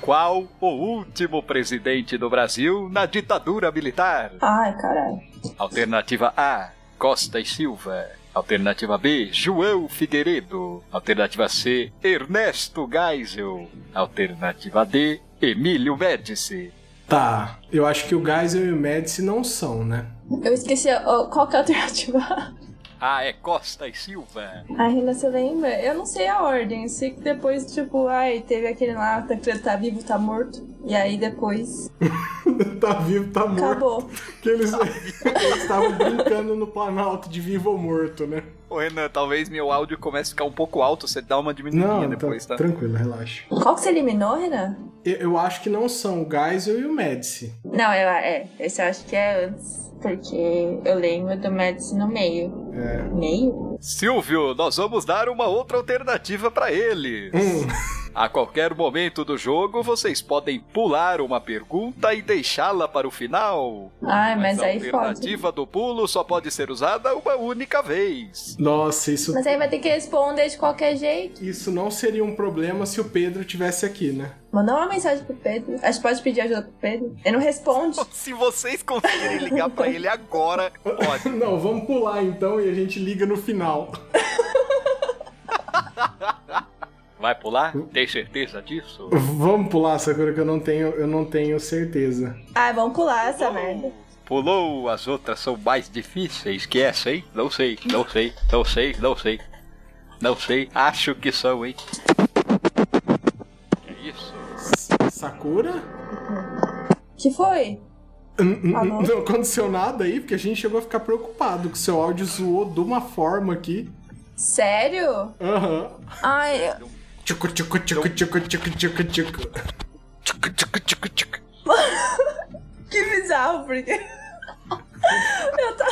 Speaker 2: Qual o último presidente do Brasil na ditadura militar?
Speaker 3: Ai, caralho.
Speaker 2: Alternativa A, Costa e Silva. Alternativa B, João Figueiredo. Alternativa C, Ernesto Geisel. Alternativa D, Emílio Médici.
Speaker 1: Tá, eu acho que o Geisel e o Médici não são, né?
Speaker 3: Eu esqueci. a- ó, qual que é a alternativa? (laughs)
Speaker 2: A é Costa e Silva.
Speaker 3: Ai, Renan, você lembra? Eu não sei a ordem. Eu sei que depois, tipo, ai, teve aquele lá, tá, tá vivo, tá morto. E aí depois
Speaker 1: (laughs) tá vivo, tá morto.
Speaker 3: acabou.
Speaker 1: Que eles (laughs) eles estavam brincando no Planalto de vivo ou morto, né?
Speaker 2: Ô Renan, talvez meu áudio comece a ficar um pouco alto, você dá uma diminuidinha
Speaker 1: Não,
Speaker 2: depois,
Speaker 1: tá,
Speaker 2: tá?
Speaker 1: tranquilo, relaxa.
Speaker 3: Qual que você eliminou, Renan?
Speaker 1: Eu, eu acho que não são o Geisel e o Médici.
Speaker 3: Não, eu, é. Esse eu acho que é antes. Porque eu lembro do Médici no meio.
Speaker 1: É.
Speaker 3: Meio?
Speaker 2: Silvio, nós vamos dar uma outra alternativa pra ele.
Speaker 1: Hum,
Speaker 2: A qualquer momento do jogo, vocês podem pular uma pergunta e deixá-la para o final.
Speaker 3: Ai, mas,
Speaker 2: a
Speaker 3: aí foda.
Speaker 2: alternativa do pulo só pode ser usada uma única vez.
Speaker 1: nossa, isso,
Speaker 3: Mas aí vai ter que responder de qualquer jeito.
Speaker 1: isso não seria um problema se o Pedro tivesse aqui, né?
Speaker 3: Mandou uma mensagem pro Pedro. A gente pode pedir ajuda pro Pedro. Ele não responde.
Speaker 2: Se vocês conseguirem ligar para ele agora, pode.
Speaker 1: (laughs) Não, vamos pular então e a gente liga no final.
Speaker 2: Vai pular? Tem certeza disso?
Speaker 1: Vamos pular, Sakura, que eu não tenho, eu não tenho certeza.
Speaker 3: Ai, Ah, vamos pular essa merda.
Speaker 2: Pulou, as outras são mais difíceis que essa, hein? Não sei, não sei, não sei, não sei. Não sei, acho que são, hein? É isso?
Speaker 1: S- Sakura?
Speaker 3: Que foi?
Speaker 1: Hum, hum,
Speaker 3: Alô?
Speaker 1: Não aconteceu nada aí, porque a gente chegou a ficar preocupado que seu áudio zoou de uma forma aqui.
Speaker 3: Sério?
Speaker 1: Aham.
Speaker 3: Ai, eu-
Speaker 1: Tchucu, tchucu, tchucu, tchucu, tchucu, tchucu, tchucu.
Speaker 2: Tchuc, tchuc, tchuc, tchuc.
Speaker 3: que bizarro, porque. (laughs) eu tô.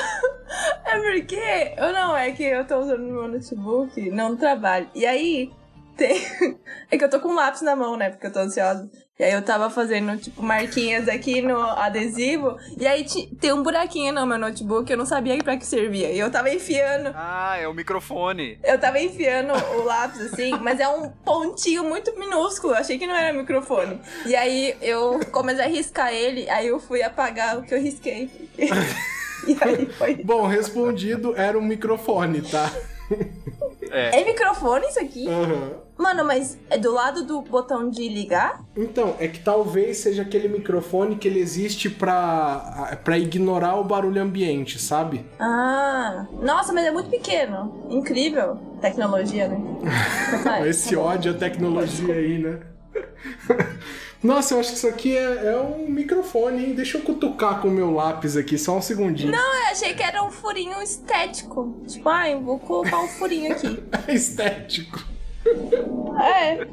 Speaker 3: É porque. Eu não, é que eu tô usando meu notebook, não no trabalho. E aí, tem. (laughs) É que eu tô com um lápis na mão, né? Porque eu tô ansiosa. E aí eu tava fazendo, tipo, marquinhas aqui no adesivo. E aí ti- tem um buraquinho no meu notebook, eu não sabia pra que servia. E eu tava enfiando
Speaker 2: Ah, é o microfone.
Speaker 3: Eu tava enfiando o lápis assim, mas é um pontinho muito minúsculo. eu Achei que não era microfone. E aí eu comecei a riscar ele, aí eu fui apagar o que eu risquei. (laughs) E aí foi.
Speaker 1: Bom, respondido era um microfone, tá?
Speaker 2: É.
Speaker 3: É microfone isso aqui?
Speaker 1: Aham.
Speaker 3: Mano, mas é do lado do botão de ligar?
Speaker 1: Então, é que talvez seja aquele microfone que ele existe pra, pra ignorar o barulho ambiente, sabe?
Speaker 3: Ah, nossa, mas é muito pequeno. Incrível. Tecnologia, né? Vai.
Speaker 1: (laughs) Esse ódio à tecnologia aí, né? Nossa, eu acho que isso aqui é, é um microfone, hein? Deixa eu cutucar com o meu lápis aqui, só um segundinho. Não!
Speaker 3: Eu achei que era um furinho estético. Tipo, ai, vou colocar um furinho aqui.
Speaker 1: É (laughs) estético.
Speaker 3: É.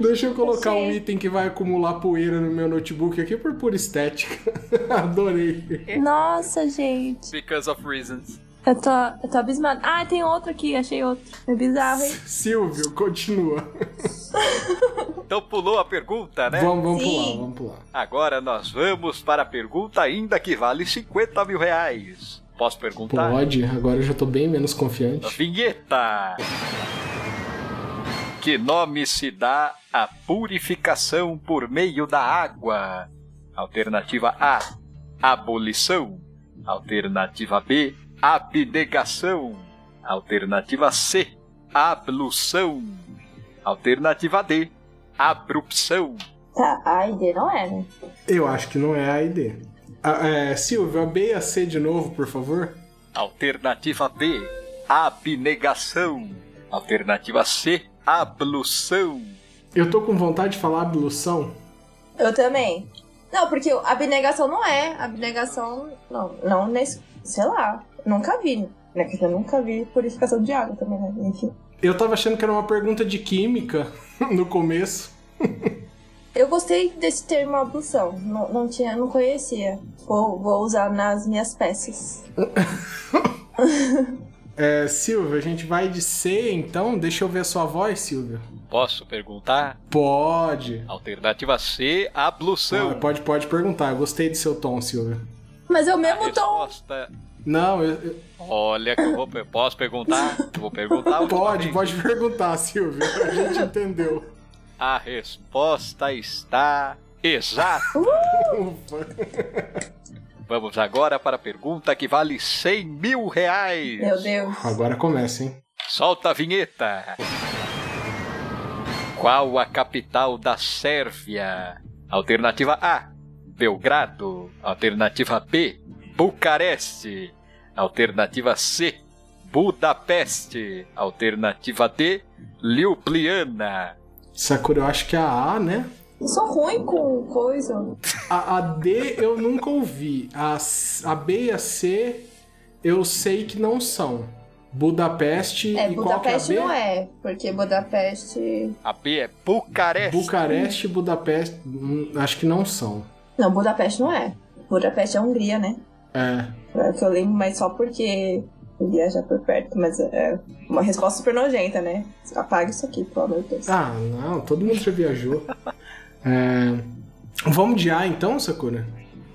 Speaker 1: Deixa eu colocar
Speaker 3: Achei.
Speaker 1: um item que vai acumular poeira no meu notebook aqui por pura estética. (laughs) Adorei.
Speaker 3: Nossa, gente.
Speaker 2: Because of reasons.
Speaker 3: Eu tô, eu tô abismada. Ah, tem outro aqui, achei outro. É bizarro, hein?
Speaker 1: Silvio, continua.
Speaker 2: Então pulou a pergunta, né?
Speaker 1: Vamos, vamos
Speaker 3: Sim.
Speaker 1: pular, vamos pular.
Speaker 2: Agora nós vamos para a pergunta ainda que vale 50 mil reais. Posso perguntar?
Speaker 1: Pode, agora eu já tô bem menos confiante.
Speaker 2: Vinheta! Que nome se dá à purificação por meio da água? Alternativa A: abolição. Alternativa B: abnegação. Alternativa C: ablução. Alternativa D: abrupção.
Speaker 3: Tá, a AID não é, né?
Speaker 1: Eu acho que não é a ID. Ah, é, Silvio, a B e a C de novo, por favor.
Speaker 2: Alternativa B, abnegação. Alternativa C, ablução.
Speaker 1: Eu tô com vontade de falar ablução.
Speaker 3: Eu também. Não, porque o- abnegação não é. Abnegação, não. Não nesse. Sei lá. Nunca vi. Né? Porque eu nunca vi purificação de água também, né? Enfim.
Speaker 1: Eu tava achando que era uma pergunta de química (laughs) no começo.
Speaker 3: Eu gostei desse termo ablução. Não, não tinha, não conhecia. Vou, vou usar nas minhas peças.
Speaker 1: É, Silvio, a gente vai de C, então. Deixa eu ver a sua voz, Silvio.
Speaker 2: Posso perguntar?
Speaker 1: Pode.
Speaker 2: Alternativa C, ablução.
Speaker 1: Ah, pode, pode perguntar. Eu gostei do seu tom, Silvio.
Speaker 3: Mas é o mesmo tom.
Speaker 2: Resposta.
Speaker 1: Não, eu- eu-
Speaker 2: Olha que eu vou. Eu posso perguntar? Eu vou perguntar.
Speaker 1: pode,
Speaker 2: ultimamente.
Speaker 1: pode perguntar, (laughs) Silvio. A gente entendeu.
Speaker 2: A resposta está exata.
Speaker 1: Ufa.
Speaker 2: Vamos agora para a pergunta que vale 100 mil reais.
Speaker 3: Meu Deus.
Speaker 1: Agora começa, hein?
Speaker 2: Solta a vinheta. Qual a capital da Sérvia? Alternativa A: Belgrado. Alternativa B: Bucareste. Alternativa C: Budapeste. Alternativa D: Ljubljana.
Speaker 1: Sakura, eu acho que é a A, né?
Speaker 3: Eu sou ruim com coisa.
Speaker 1: A, a D eu nunca ouvi. A, C- a B e a C eu sei que não são. Budapeste
Speaker 3: É,
Speaker 1: e
Speaker 3: Budapeste
Speaker 1: qual
Speaker 3: não
Speaker 1: que é a B?
Speaker 3: é. Porque Budapeste.
Speaker 2: A B é Bucareste.
Speaker 1: Bucareste e Budapeste hum, acho que não são.
Speaker 3: Não, Budapeste não é. Budapeste é Hungria, né?
Speaker 1: É.
Speaker 3: É o que eu lembro, mas só porque eu viajar por perto, mas é uma resposta super nojenta, né? Apaga isso aqui, pelo amor de Deus.
Speaker 1: Ah, não, todo mundo já viajou. É, Vamos de A então, Sakura?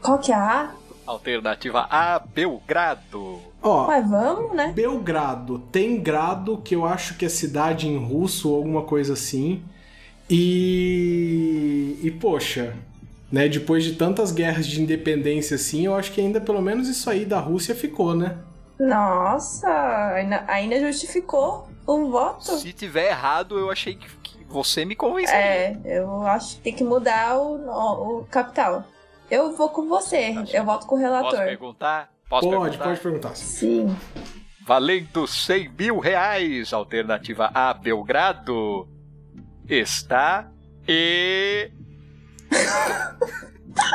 Speaker 3: Qual que é a A?
Speaker 2: Alternativa A: Belgrado.
Speaker 1: Ó,
Speaker 3: Ué, vamos, né?
Speaker 1: Belgrado tem grado, que eu acho que é cidade em russo ou alguma coisa assim. E. E poxa, né? Depois de tantas guerras de independência assim, eu acho que ainda pelo menos isso aí da Rússia ficou, né?
Speaker 3: Nossa, ainda, ainda justificou um voto?
Speaker 2: Se tiver errado, eu achei que, que você me convenceu.
Speaker 3: É, eu acho que tem que mudar o, o, o capital. Eu vou com você, eu volto com o
Speaker 2: Posso
Speaker 3: relator.
Speaker 2: perguntar? Posso
Speaker 1: pode,
Speaker 2: perguntar?
Speaker 1: pode perguntar.
Speaker 3: Sim.
Speaker 2: valendo 100 mil reais. Alternativa A, Belgrado, está e...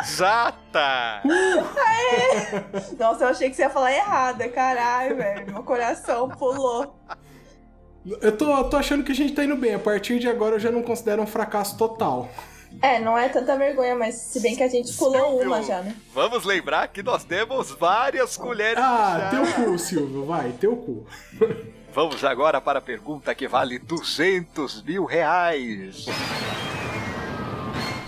Speaker 2: Exata!
Speaker 3: Nossa, eu achei que você ia falar errada, caralho, velho. Meu coração pulou.
Speaker 1: Eu tô, eu tô achando que a gente tá indo bem. A partir de agora eu já não considero um fracasso total.
Speaker 3: É, não é tanta vergonha, mas se bem que a gente pulou uma já, né?
Speaker 2: Vamos lembrar que nós temos várias colheres
Speaker 1: Ah,
Speaker 2: de chá.
Speaker 1: teu cu, Silvio, vai, teu cu.
Speaker 2: Vamos agora para a pergunta que vale 200 mil reais.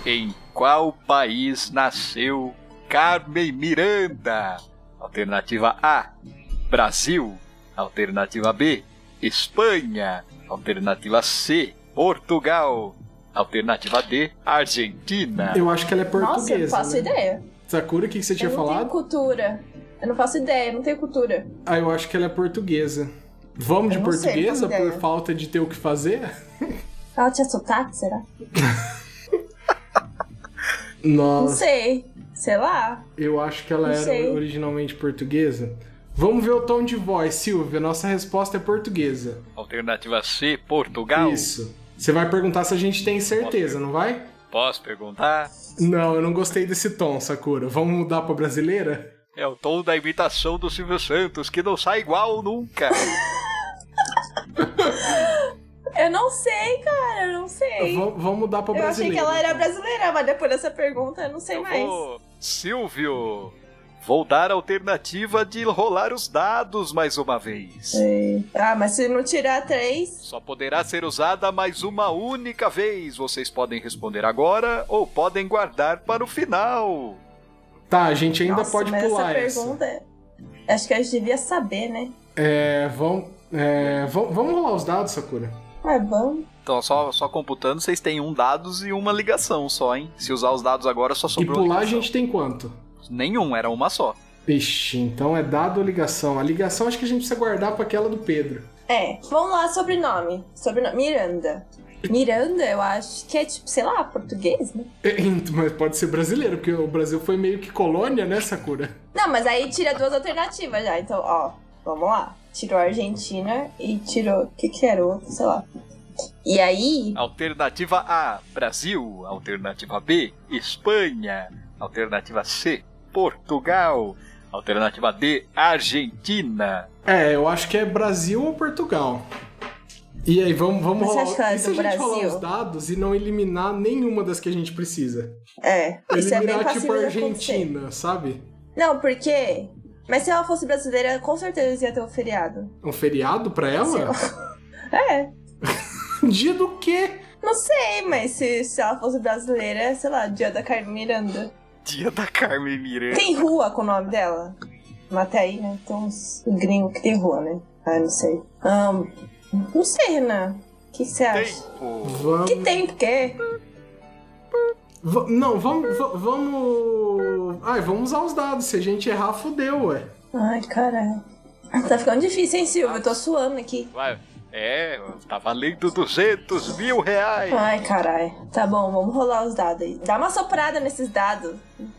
Speaker 2: Em qual país nasceu Carmen Miranda? Alternativa A: Brasil. Alternativa B: Espanha. Alternativa C: Portugal. Alternativa D: Argentina.
Speaker 1: Eu acho que ela é
Speaker 3: Nossa, eu não
Speaker 1: portuguesa.
Speaker 3: faço
Speaker 1: né?
Speaker 3: ideia.
Speaker 1: Sakura, o que, que você tinha
Speaker 3: eu não
Speaker 1: falado?
Speaker 3: tenho cultura. Eu não faço ideia, eu não tenho cultura.
Speaker 1: Ah, eu acho que ela é portuguesa. Vamos
Speaker 3: Eu
Speaker 1: de
Speaker 3: não sei,
Speaker 1: portuguesa
Speaker 3: não tenho
Speaker 1: por
Speaker 3: ideia.
Speaker 1: falta de ter o que fazer?
Speaker 3: Ela tinha sotaque, será? Não
Speaker 1: Nossa,
Speaker 3: sei. Sei lá.
Speaker 1: eu acho que ela
Speaker 3: Não
Speaker 1: era
Speaker 3: sei.
Speaker 1: originalmente portuguesa. Vamos ver o tom de voz, Silvia. Nossa resposta é portuguesa.
Speaker 2: Alternativa C: Portugal.
Speaker 1: Isso. Você vai perguntar se a gente tem certeza, não vai?
Speaker 2: Posso perguntar?
Speaker 1: Não, eu não gostei desse tom, Sakura. Vamos mudar pra brasileira?
Speaker 2: É o tom da imitação do Silvio Santos, que não sai igual nunca.
Speaker 3: Eu não sei, cara, eu não sei.
Speaker 1: V- Vamos mudar pra
Speaker 3: Eu achei
Speaker 1: brasileira.
Speaker 3: que ela era brasileira, mas depois dessa pergunta eu não sei
Speaker 2: Eu
Speaker 3: mais.
Speaker 2: vou- Silvio, vou dar a alternativa de rolar os dados mais uma vez.
Speaker 1: É.
Speaker 3: Ah, mas se não tirar três.
Speaker 2: Só poderá ser usada mais uma única vez. Vocês podem responder agora ou podem guardar para o final.
Speaker 1: Tá, a gente ainda
Speaker 3: Nossa,
Speaker 1: pode
Speaker 3: mas
Speaker 1: pular
Speaker 3: essa
Speaker 1: essa.
Speaker 3: pergunta. é- Acho que a gente devia saber, né?
Speaker 1: É, vamos, é, vamos, vamos rolar os dados, Sakura.
Speaker 3: É bom.
Speaker 2: Então, só, só computando, vocês têm um dados e uma ligação só, hein? Se usar os dados agora, só
Speaker 1: E
Speaker 2: sobrou
Speaker 1: pular a
Speaker 2: ligação.
Speaker 1: gente tem quanto?
Speaker 2: Nenhum, era uma só.
Speaker 1: Ixi, então é dado ou ligação? A ligação acho que a gente precisa guardar pra aquela do Pedro.
Speaker 3: É, vamos lá, sobrenome. Sobrenome. Miranda. Miranda, eu acho que é tipo, sei lá, português, né?
Speaker 1: É, Mas pode ser brasileiro, porque o Brasil foi meio que colônia, né, Sakura?
Speaker 3: Não, mas aí tira duas alternativas já. Então, ó, vamos lá. Tirou a Argentina e tirou. O que que era o outro? Sei lá. E aí,
Speaker 2: Alternativa A, Brasil. Alternativa B, Espanha. Alternativa C, Portugal. Alternativa D, Argentina.
Speaker 1: É, eu acho que é Brasil ou Portugal. E aí, vamos, vamos
Speaker 3: Você acha que ela é
Speaker 1: E se a
Speaker 3: do
Speaker 1: gente rolar
Speaker 3: Brasil?
Speaker 1: os dados e não eliminar nenhuma das que a gente precisa?
Speaker 3: é. Isso é bem
Speaker 1: eliminar, tipo,
Speaker 3: passível
Speaker 1: a
Speaker 3: de acontecer.
Speaker 1: Argentina, sabe?
Speaker 3: Não, porque. Mas se ela fosse brasileira, com certeza ia ter um feriado.
Speaker 1: Um feriado pra ela? (laughs) Um
Speaker 3: É.
Speaker 1: Dia do quê?
Speaker 3: Não sei, mas se, se ela fosse brasileira, sei lá, dia da Carmen Miranda.
Speaker 2: Dia da Carmen Miranda.
Speaker 3: Tem rua com o nome dela? Mas até aí, né? Tem uns gringos que tem rua, né? Ah, não sei. Ahn, não sei, Renan. O que que você acha?
Speaker 2: Tempo.
Speaker 1: Vamos.
Speaker 3: Que tem, porque.
Speaker 1: va- Não, vamos. va- Vamos. Ai, vamos usar os dados. Se a gente errar, fudeu, ué.
Speaker 3: Ai, caralho. Tá ficando difícil, hein, Silvio? Eu tô suando aqui.
Speaker 2: Vai. É, tá valendo 200 mil reais.
Speaker 3: Ai, caralho. Tá bom, vamos rolar os dados aí. Dá uma soprada nesses dados.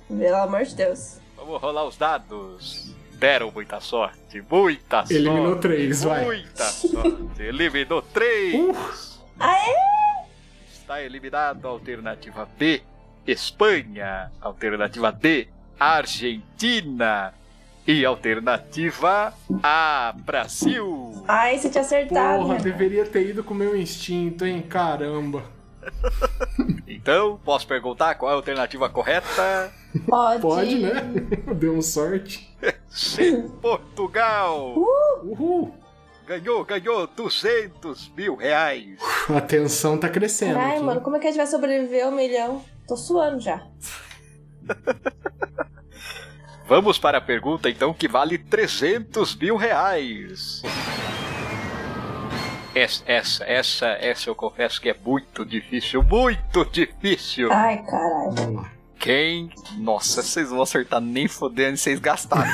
Speaker 3: Pelo amor de Deus.
Speaker 2: Vamos rolar os dados. Deram muita sorte, muita sorte.
Speaker 1: Eliminou três, vai. Uh!
Speaker 2: Muita sorte. Eliminou três.
Speaker 3: Aê!
Speaker 2: Está eliminado a alternativa B, Espanha. Alternativa D, Argentina. E alternativa A, Brasil.
Speaker 3: Ai, você tinha acertado.
Speaker 1: Porra,
Speaker 3: Renan.
Speaker 1: deveria ter ido com o meu instinto, hein? Caramba.
Speaker 2: Então, posso perguntar qual é a alternativa correta?
Speaker 3: Pode.
Speaker 1: Pode, né? (laughs) Deu sorte.
Speaker 2: C, Portugal.
Speaker 1: Uhul!
Speaker 2: Ganhou, ganhou 200 mil reais.
Speaker 1: A tensão tá crescendo.
Speaker 3: Ai,
Speaker 1: aqui.
Speaker 3: mano, como é que a gente vai sobreviver ao milhão? Tô suando já.
Speaker 2: Vamos para a pergunta então que vale 300 mil reais. Essa, essa, essa, essa eu confesso que é muito difícil, muito difícil.
Speaker 3: Ai, caralho.
Speaker 1: Vamos lá.
Speaker 2: Quem? Nossa, vocês vão acertar nem fodendo, vocês gastaram.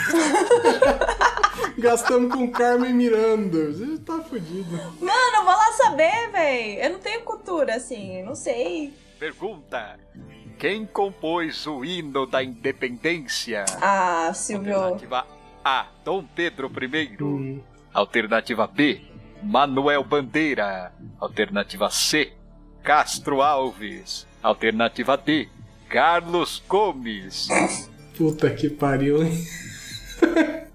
Speaker 1: Gastamos com Carmen Miranda. Você tá fudido.
Speaker 3: Mano, eu vou lá saber, véi. Eu não tenho cultura, assim, eu não sei.
Speaker 2: Pergunta: Quem compôs o hino da independência?
Speaker 3: Ah, Silvio.
Speaker 2: Alternativa A: Dom Pedro I.
Speaker 1: Hum.
Speaker 2: Alternativa B, Manuel Bandeira. Alternativa C, Castro Alves. Alternativa D, Carlos Gomes.
Speaker 1: Puta que pariu, hein?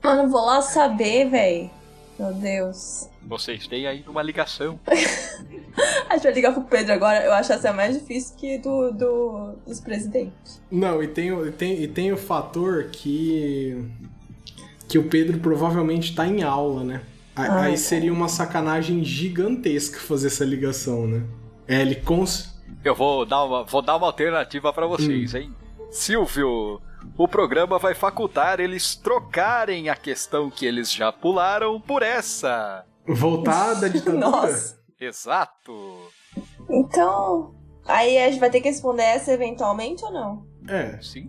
Speaker 3: Mano, eu vou lá saber, véi. Meu Deus.
Speaker 2: Vocês têm aí uma ligação.
Speaker 3: A gente vai ligar pro Pedro agora. Eu acho essa mais difícil que do, do- dos presidentes.
Speaker 1: Não, e tem, o- e tem, e tem o fator que. que o Pedro provavelmente tá em aula, né? A-
Speaker 3: Ah,
Speaker 1: Aí
Speaker 3: tá.
Speaker 1: seria uma sacanagem gigantesca fazer essa ligação, né? É, ele cons.
Speaker 2: Eu vou dar uma, vou dar uma alternativa para vocês, hein? Silvio, o programa vai facultar eles trocarem a questão que eles já pularam por essa.
Speaker 1: Voltar
Speaker 3: (laughs)
Speaker 1: da ditadura?
Speaker 3: Nossa.
Speaker 2: Exato.
Speaker 3: Então. Aí a gente vai ter que responder essa eventualmente ou não?
Speaker 1: É.
Speaker 2: Sim.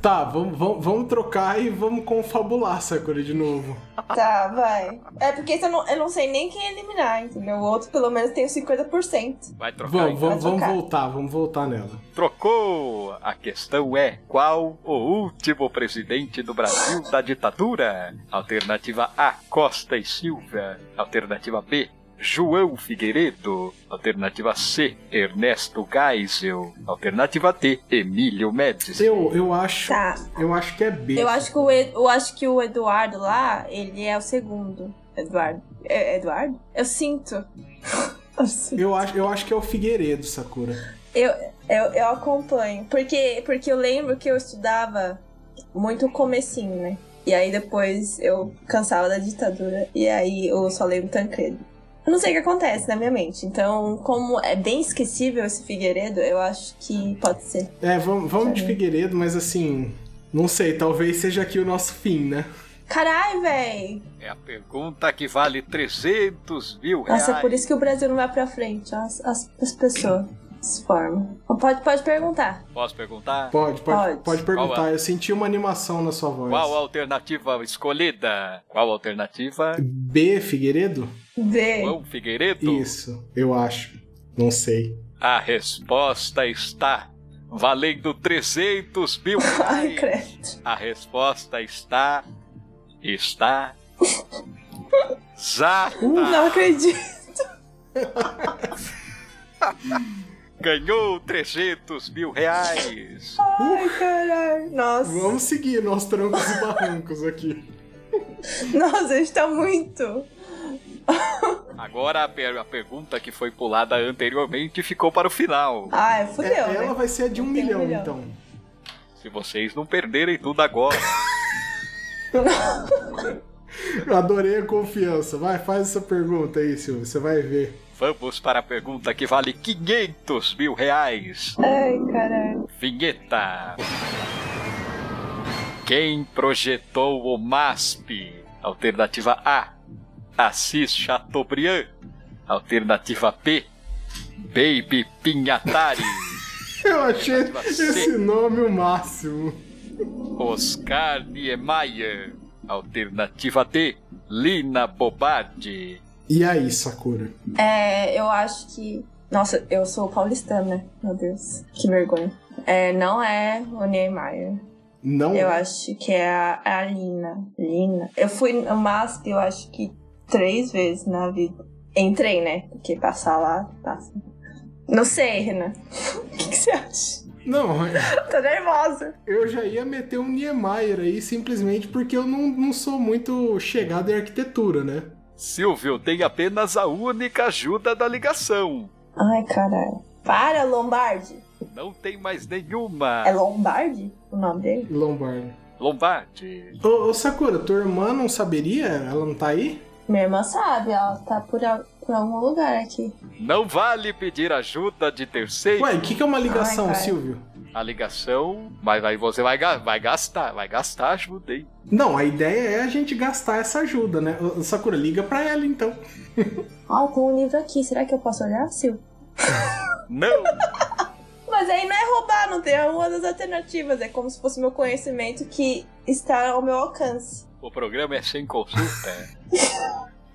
Speaker 1: Tá, vamos, vamos, vamos trocar e vamos confabular, Sakura, de novo.
Speaker 3: Tá, vai. É porque eu não, eu não sei nem quem eliminar, entendeu? O outro pelo menos tem os 50%.
Speaker 2: Vai trocar.
Speaker 1: Vamos,
Speaker 2: então.
Speaker 1: vamos, vamos
Speaker 3: trocar.
Speaker 1: voltar, vamos voltar nela.
Speaker 2: Trocou! A questão é: qual o último presidente do Brasil da ditadura? Alternativa A: Costa e Silva. Alternativa B: João Figueiredo. Alternativa C: Ernesto Geisel. Alternativa D: Emílio Médici.
Speaker 1: Eu, eu acho.
Speaker 3: Tá.
Speaker 1: Eu acho que é B.
Speaker 3: Eu acho que o, Ed- eu acho que o Eduardo lá, ele é o segundo. Eduardo. É- é Eduardo? Eu sinto. (laughs) Eu sinto.
Speaker 1: Eu acho, eu acho que é o Figueiredo, Sakura.
Speaker 3: Eu, eu acompanho. Porque, porque eu lembro que eu estudava muito o comecinho, né? E aí depois eu cansava da ditadura. E aí eu só lembro Tancredo. Eu não sei o que acontece na minha mente. Então, como é bem esquecível esse Figueiredo, eu acho que pode ser.
Speaker 1: É, vamos, vamos de Figueiredo, mas assim. Não sei, talvez seja aqui o nosso fim, né?
Speaker 3: Caralho, véi!
Speaker 2: É a pergunta que vale 300 mil reais.
Speaker 3: Nossa, é por isso que o Brasil não vai pra frente. As, as, as pessoas se formam. Pode, pode perguntar.
Speaker 2: Posso perguntar?
Speaker 1: Pode, pode,
Speaker 3: Pode.
Speaker 1: pode
Speaker 2: Qual é?
Speaker 1: perguntar. Eu senti uma animação na sua voz.
Speaker 2: Qual é a alternativa escolhida? Qual a alternativa?
Speaker 1: B, Figueiredo?
Speaker 3: Vê.
Speaker 2: João Figueiredo?
Speaker 1: Isso, eu acho. Não sei.
Speaker 2: A resposta está valendo 300 mil
Speaker 3: (laughs) Ai,
Speaker 2: reais.
Speaker 3: Ah, credo.
Speaker 2: A resposta está.
Speaker 3: (laughs)
Speaker 2: Está. Zata
Speaker 1: Ah.
Speaker 3: Não acredito.
Speaker 2: ganhou 300 mil reais.
Speaker 3: Ai, caralho. Nossa.
Speaker 1: Vamos seguir nós trancos e barrancos
Speaker 3: (laughs)
Speaker 1: aqui.
Speaker 3: Nossa, a gente tá muito.
Speaker 2: Agora a, per- a pergunta que foi pulada anteriormente ficou para o final.
Speaker 3: Ai,
Speaker 1: É,
Speaker 3: fudeu. né?
Speaker 1: ela vai ser a de um
Speaker 3: Tem um
Speaker 1: milhão,
Speaker 3: milhão.
Speaker 1: então.
Speaker 2: Se vocês não perderem tudo agora.
Speaker 1: Eu adorei a confiança. Vai, faz essa pergunta aí, Silvio. Você vai ver.
Speaker 2: Vamos para a pergunta que vale 500 mil reais.
Speaker 3: (laughs) Ai, caralho.
Speaker 2: Vinheta. Quem projetou o MASP? Alternativa A. Assis Chateaubriand. Alternativa B. Baby Pinhatari.
Speaker 1: Eu achei
Speaker 2: Alternativa C.
Speaker 1: esse nome o máximo.
Speaker 2: Oscar Niemeyer. Alternativa D. Lina Bobardi.
Speaker 1: E aí, Sakura?
Speaker 3: É, eu acho que. Nossa, eu sou paulistana. Meu Deus. Que vergonha. É, não é o Neymar.
Speaker 1: Não
Speaker 3: Eu acho que é a, a Lina. Lina. Eu fui no MASP, eu acho que três vezes na vida. Entrei, né? Porque passar lá, passa. Não sei, Renan. (laughs) O que, que você acha?
Speaker 1: Não,
Speaker 3: Tô nervosa.
Speaker 1: eu já ia meter um Niemeyer aí simplesmente porque eu não, não sou muito chegado em arquitetura, né?
Speaker 2: Silvio tem apenas a única ajuda da ligação.
Speaker 3: Ai, caralho. Para, Lombardi.
Speaker 2: Não tem mais nenhuma.
Speaker 3: É Lombardi o nome dele?
Speaker 1: Lombardi.
Speaker 2: Lombardi.
Speaker 1: Ô, ô, Sakura, tua irmã não saberia? Ela não tá aí?
Speaker 3: Minha irmã sabe, ela tá por, al- por algum lugar aqui.
Speaker 2: Não vale pedir ajuda de terceiro.
Speaker 1: Ué, o que, que é uma ligação,
Speaker 3: Ai, cara.
Speaker 1: Silvio?
Speaker 2: A ligação, mas aí você vai, ga- vai gastar, vai gastar ajuda, hein?
Speaker 1: Não, a ideia é a gente gastar essa ajuda, né? Ô, ô, Sakura, liga pra ela então.
Speaker 3: Ó, tem um livro aqui, será que eu posso olhar, Sil?
Speaker 2: Não!
Speaker 3: Mas aí não é roubar, não tem é uma das alternativas. É como se fosse meu conhecimento que está ao meu alcance.
Speaker 2: o programa é sem consulta.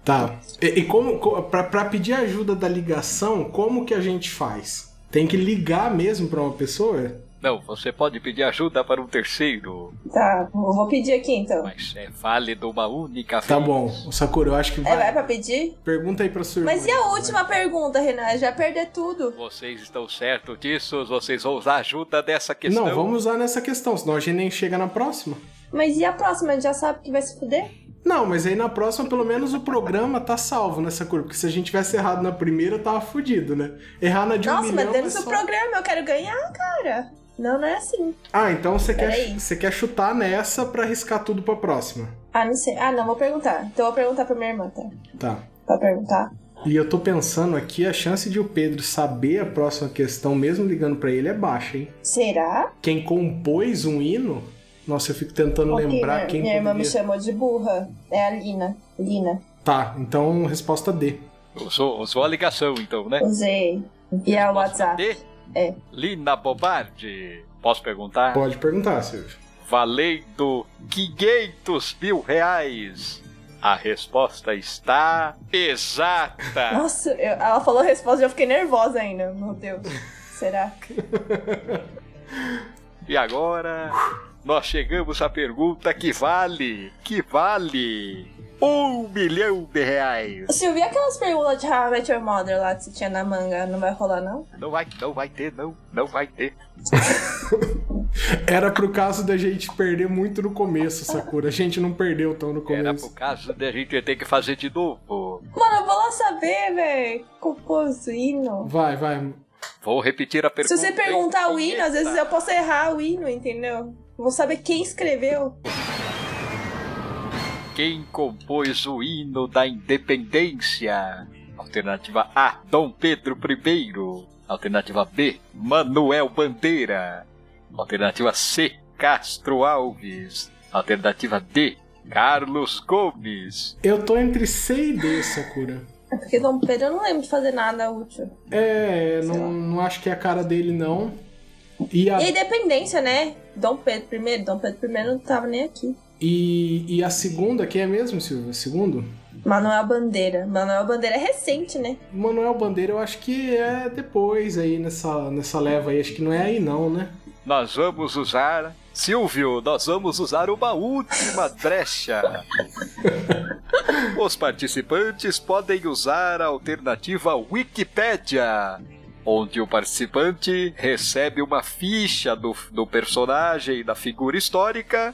Speaker 1: Tá. E, e como co- pra, pra pedir ajuda da ligação, como que a gente faz? Tem que ligar mesmo pra uma pessoa?
Speaker 2: Não, você pode pedir ajuda para um terceiro,
Speaker 3: Tá, eu vou pedir aqui então.
Speaker 2: mas é válido uma única vez.
Speaker 1: Tá bom, Sakura, eu acho que
Speaker 3: É,
Speaker 1: vai.
Speaker 3: vai pra pedir?
Speaker 1: Pergunta aí pra sua irmã.
Speaker 3: Mas e a última pergunta, Renan? Já perder tudo.
Speaker 2: Vocês estão certos disso? Vocês vão usar a ajuda dessa questão?
Speaker 1: Não, vamos usar nessa questão, senão a gente nem chega na próxima.
Speaker 3: Mas e a próxima? A gente já sabe que vai se fuder?
Speaker 1: Não, mas aí na próxima, pelo menos o programa tá salvo nessa curva. Porque se a gente tivesse errado na primeira, tava fudido, né? Errar na de um
Speaker 3: Nossa, mas
Speaker 1: milhão
Speaker 3: dentro
Speaker 1: é
Speaker 3: do
Speaker 1: só-
Speaker 3: programa eu quero ganhar, cara. Não, não é assim.
Speaker 1: Ah, então você quer,
Speaker 3: Peraí.
Speaker 1: você quer chutar nessa pra arriscar tudo pra próxima.
Speaker 3: Ah, não sei. Ah, não, vou perguntar. Então eu vou perguntar pra minha irmã, tá?
Speaker 1: Tá.
Speaker 3: Pra perguntar.
Speaker 1: E eu tô pensando aqui, a chance de o Pedro saber a próxima questão, mesmo ligando pra ele, é baixa, hein?
Speaker 3: Será?
Speaker 1: Quem compôs um hino... Nossa, eu fico tentando
Speaker 3: Ok,
Speaker 1: lembrar
Speaker 3: minha,
Speaker 1: quem
Speaker 3: minha irmã me
Speaker 1: poderia-
Speaker 3: chamou de burra. É a Lina. Lina.
Speaker 1: Tá, então resposta D.
Speaker 2: Usou, usou a ligação, então, né?
Speaker 3: Usei. E a
Speaker 2: Posso
Speaker 3: WhatsApp.
Speaker 2: bater?
Speaker 3: É.
Speaker 2: Lina Bobardi. Posso perguntar?
Speaker 1: Pode perguntar, Silvio.
Speaker 2: valendo 500 mil reais. A resposta está exata.
Speaker 3: Nossa, eu- ela falou a resposta e eu fiquei nervosa ainda. Meu Deus. Será?
Speaker 2: E agora nós chegamos à pergunta que vale, que vale um milhão de reais.
Speaker 3: Silvia, aquelas perguntas de How I Met Your Mother lá que você tinha na manga, não vai rolar, não?
Speaker 2: Não vai, não vai ter, não, não vai ter.
Speaker 1: Era pro caso da gente perder muito no começo, Sakura. A gente não perdeu tão no
Speaker 2: Era
Speaker 1: começo.
Speaker 2: por causa de a gente ter que fazer de novo.
Speaker 3: Mano, eu vou lá saber, véi. Compôs o hino.
Speaker 1: Vai, vai.
Speaker 2: Vou repetir a pergunta.
Speaker 3: Se você perguntar
Speaker 2: hein,
Speaker 3: o hino, às vezes eu
Speaker 2: vinheta.
Speaker 3: posso errar o hino, entendeu? Vou saber quem escreveu.
Speaker 2: Quem compôs o hino da independência? Alternativa A, Dom Pedro I. Alternativa B, Manuel Bandeira. Alternativa C, Castro Alves. Alternativa D, Carlos Gomes.
Speaker 1: Eu tô entre C e D, Sakura.
Speaker 3: É porque Dom Pedro eu não lembro de fazer nada útil.
Speaker 1: É,
Speaker 3: Sei lá.
Speaker 1: não, não acho que é a cara dele, não. E a,
Speaker 3: E a independência, né? Dom Pedro primeiro, Dom Pedro primeiro não tava nem aqui.
Speaker 1: e, e a segunda, quem é mesmo, Silvio? A Segundo?
Speaker 3: Manuel Bandeira. Manuel Bandeira é recente, né?
Speaker 1: Manuel Bandeira eu acho que é depois aí nessa, nessa leva aí. Acho que não é aí não, né?
Speaker 2: Nós vamos usar. Silvio, nós vamos usar uma última brecha. Os participantes podem usar a alternativa Wikipédia onde o participante recebe uma ficha do, do personagem, da figura histórica,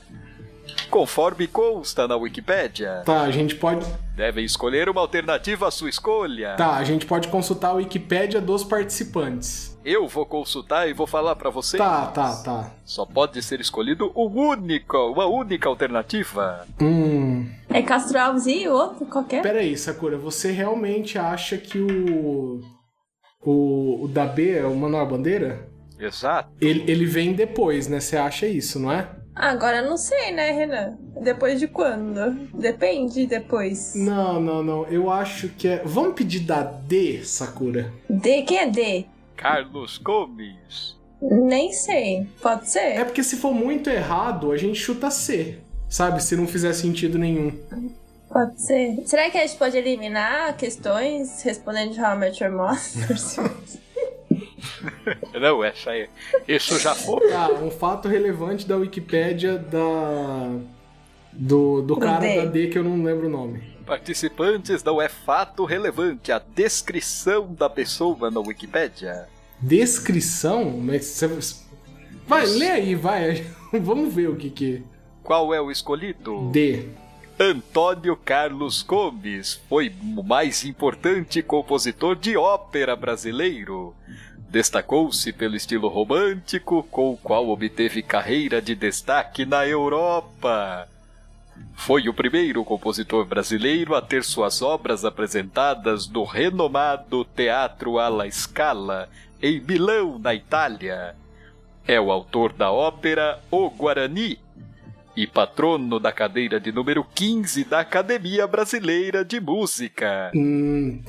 Speaker 2: conforme consta na Wikipédia.
Speaker 1: Tá, a gente pode.
Speaker 2: Devem escolher uma alternativa à sua escolha.
Speaker 1: Tá, a gente pode consultar a Wikipédia dos participantes.
Speaker 2: Eu vou consultar e vou falar pra vocês.
Speaker 1: Tá, tá, tá.
Speaker 2: Só pode ser escolhido um único, uma única alternativa.
Speaker 1: Hum.
Speaker 3: É Castro Alves e outro qualquer.
Speaker 1: Peraí, Sakura, você realmente acha que o. O, o, da B é o Manuel Bandeira?
Speaker 2: Exato.
Speaker 1: Ele, ele vem depois, né? Você acha isso, não é?
Speaker 3: Agora eu não sei, né, Renan? Depois de quando? Depende depois.
Speaker 1: Não, não, não. Eu acho que é. Vamos pedir da D, Sakura.
Speaker 3: D? Quem é D?
Speaker 2: Carlos Gomes.
Speaker 3: Nem sei. Pode ser?
Speaker 1: É porque se for muito errado, a gente chuta C. Sabe? Se não fizer sentido nenhum.
Speaker 3: Pode ser. Será que a gente pode eliminar questões respondendo de How I Met Your
Speaker 1: (laughs)
Speaker 2: Não, essa aí. Isso já foi.
Speaker 1: Ah, um fato relevante da Wikipédia da. Do, do cara
Speaker 3: D.
Speaker 1: da D que eu não lembro o nome.
Speaker 2: Participantes, não é fato relevante a descrição da pessoa na Wikipédia.
Speaker 1: Descrição? Mas você- Vai, lê aí, vai. (laughs) Vamos ver o que que.
Speaker 2: Qual é o escolhido?
Speaker 1: D.
Speaker 2: Antônio Carlos Gomes foi o mais importante compositor de ópera brasileiro. Destacou-se pelo estilo romântico, com o qual obteve carreira de destaque na Europa. Foi o primeiro compositor brasileiro a ter suas obras apresentadas no renomado Teatro alla Scala, em Milão, na Itália. É o autor da ópera O Guarani, e patrono da cadeira de número 15 da Academia Brasileira de Música.
Speaker 1: Hum,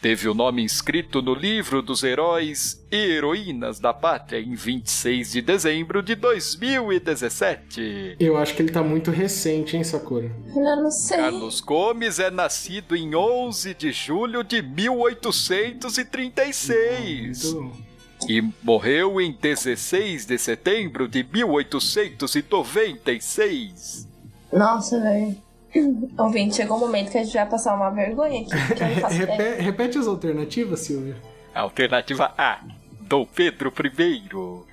Speaker 2: Teve o nome inscrito no livro dos heróis e heroínas da pátria em 26 de dezembro de 2017.
Speaker 1: eu acho que ele tá muito recente, hein, Sakura?
Speaker 3: Renan, não sei.
Speaker 2: Carlos Gomes é nascido em 11 de julho de 1836
Speaker 1: Muito-
Speaker 2: e morreu em 16 de setembro de 1896.
Speaker 3: Nossa, velho. (clears throat) Ouvinte, chegou um momento que a gente vai passar uma vergonha aqui. Porque eu não
Speaker 1: (laughs)
Speaker 3: faço ideia.
Speaker 1: Repete, repete as alternativas, Silvia.
Speaker 2: Alternativa A, Dom Pedro I.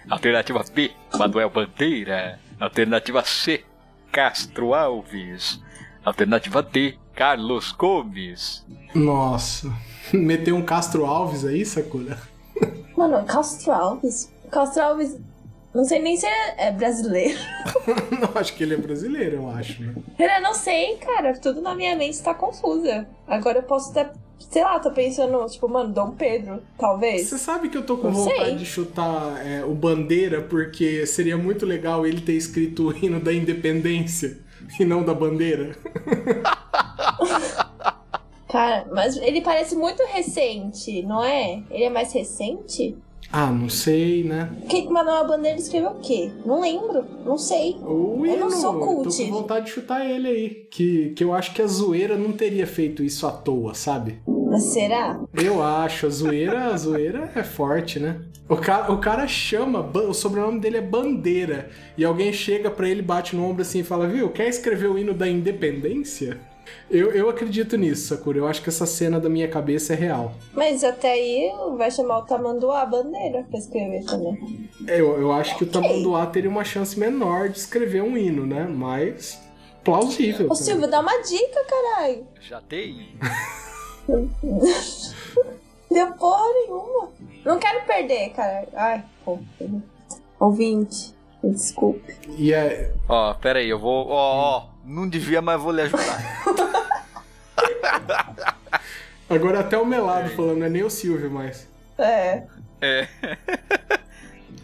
Speaker 2: Alternativa B, Manuel Bandeira. Alternativa C, Castro Alves. Alternativa D, Carlos Gomes.
Speaker 1: Nossa. (laughs) Meteu um Castro Alves aí, Sakura? (laughs)
Speaker 3: Mano, Castro Alves. Castro Alves. Não sei nem se é é brasileiro. (laughs)
Speaker 1: Não, acho que ele é brasileiro, eu acho. né?
Speaker 3: Renan, não sei, cara. Tudo na minha mente tá confusa. Agora eu posso até. Sei lá, tô pensando, tipo, mano, Dom Pedro, talvez.
Speaker 1: Você sabe que eu tô com
Speaker 3: É Não
Speaker 1: vontade
Speaker 3: sei.
Speaker 1: de chutar é, o Bandeira, porque seria muito legal ele ter escrito o hino da independência e não da bandeira.
Speaker 3: Cara, mas ele parece muito recente, não é? Ele é mais recente?
Speaker 1: Ah, não sei, né?
Speaker 3: O que que Manuel Bandeira escreveu o quê? Não lembro, não sei.
Speaker 1: O
Speaker 3: Eu
Speaker 1: hino,
Speaker 3: não sou
Speaker 1: tô
Speaker 3: cult.
Speaker 1: com vontade de chutar ele aí. Que, que eu acho que a zoeira não teria feito isso à toa, sabe?
Speaker 3: Mas será?
Speaker 1: Eu acho, a zoeira, a zoeira é forte, né? O cara, o cara chama, Ba- o sobrenome dele é Bandeira, e alguém chega pra ele, bate no ombro assim e fala, viu, quer escrever o hino da independência? Eu, eu acredito nisso, Sakura, eu acho que essa cena da minha cabeça é real.
Speaker 3: Mas até aí vai chamar o Tamanduá Bandeira pra escrever também.
Speaker 1: Eu, eu acho que o Tamanduá teria uma chance menor de escrever um hino, né? Mas plausível.
Speaker 3: Ô
Speaker 1: também.
Speaker 3: Silvio, dá uma dica, caralho. (laughs)
Speaker 2: Já tem?
Speaker 3: Deu porra nenhuma. Não quero perder, caralho. Ai, pô. Ouvinte, me desculpe.
Speaker 1: E é,
Speaker 2: Ó, pera aí, eu vou. Ó, ó, não devia, mas vou lhe ajudar.
Speaker 1: agora até o Melado falando, não é nem o Silvio mais.
Speaker 3: É.
Speaker 2: É.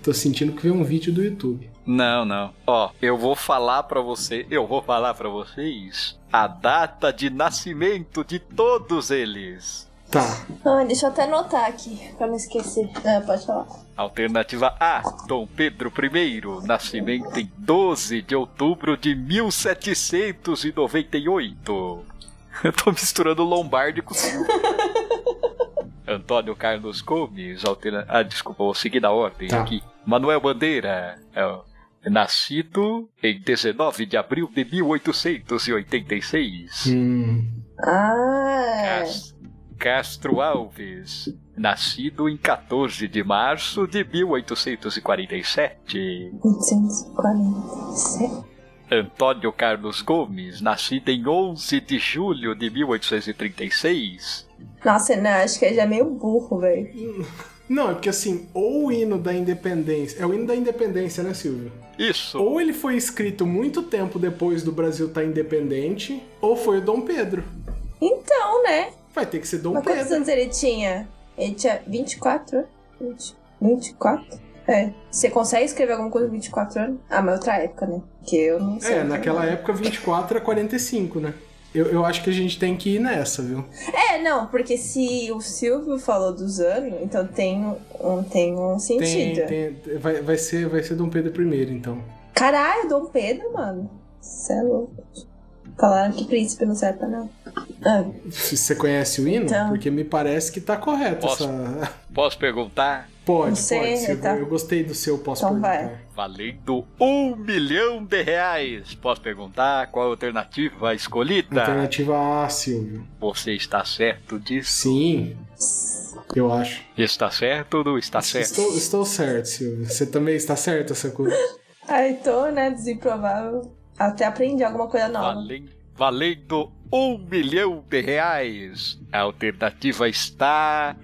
Speaker 1: Tô sentindo que veio um vídeo do YouTube.
Speaker 2: Não, não. Ó, eu vou falar pra você, eu vou falar pra vocês a data de nascimento de todos eles.
Speaker 1: Tá,
Speaker 3: Ai, Ah, deixa eu até anotar aqui, pra não esquecer. É, pode falar.
Speaker 2: Alternativa A, Dom Pedro I, nascimento em 12 de outubro de 1798. (laughs) Eu tô misturando Lombardi com Silva. Antônio Carlos Gomes, altera... ah, desculpa, vou seguir na ordem
Speaker 1: Tá.
Speaker 2: aqui. Manuel Bandeira, é, ó, nascido em 19 de abril de 1886.
Speaker 1: Hum.
Speaker 3: Ah,
Speaker 2: Cas- Castro Alves, nascido em 14 de março de 1847.
Speaker 3: 847.
Speaker 2: Antônio Carlos Gomes, nascido em 11 de julho de 1836.
Speaker 3: Nossa, não, acho que ele já é meio burro, velho.
Speaker 1: Não, é porque assim, ou o hino da independência. É o hino da independência, né, Silvio?
Speaker 2: Isso.
Speaker 1: Ou ele foi escrito muito tempo depois do Brasil estar independente, ou foi o Dom Pedro.
Speaker 3: Então, né?
Speaker 1: Vai ter que ser Dom
Speaker 3: Mas quantos
Speaker 1: Pedro.
Speaker 3: anos ele tinha? Ele tinha 24? 20, 24? É. Você consegue escrever alguma coisa com 24 anos? Ah, mas outra época, né? Que eu não sei.
Speaker 1: É, naquela época 24 a 45, né? Eu, eu acho que a gente tem que ir nessa, viu?
Speaker 3: É, não, porque se o Silvio falou dos anos, então tem um, tem um
Speaker 1: Tem,
Speaker 3: sentido.
Speaker 1: tem- vai, vai, ser, vai ser Dom Pedro I, então.
Speaker 3: Caralho, Dom Pedro, mano. Você é louco. Falaram que príncipe não serve pra nada. Ah,
Speaker 1: Se Você conhece o hino?
Speaker 3: Então.
Speaker 1: Porque me parece que tá correto
Speaker 2: Posso?
Speaker 1: essa.
Speaker 2: Posso perguntar?
Speaker 1: Pode,
Speaker 3: sei,
Speaker 1: pode, Silvio.
Speaker 3: tá.
Speaker 1: Eu gostei do seu, posso
Speaker 3: Então vai.
Speaker 1: perguntar.
Speaker 2: Valendo um milhão de reais. Posso perguntar qual a alternativa escolhida?
Speaker 1: Alternativa A, Silvio.
Speaker 2: Você está certo disso?
Speaker 1: Sim, eu acho.
Speaker 2: Está certo ou não está certo?
Speaker 1: Estou, estou certo, Silvio. Você também está certo, essa coisa?
Speaker 3: aí tô, né? Desimprovável. Até aprendi alguma coisa nova.
Speaker 2: Valen- Valendo um milhão de reais. A alternativa está.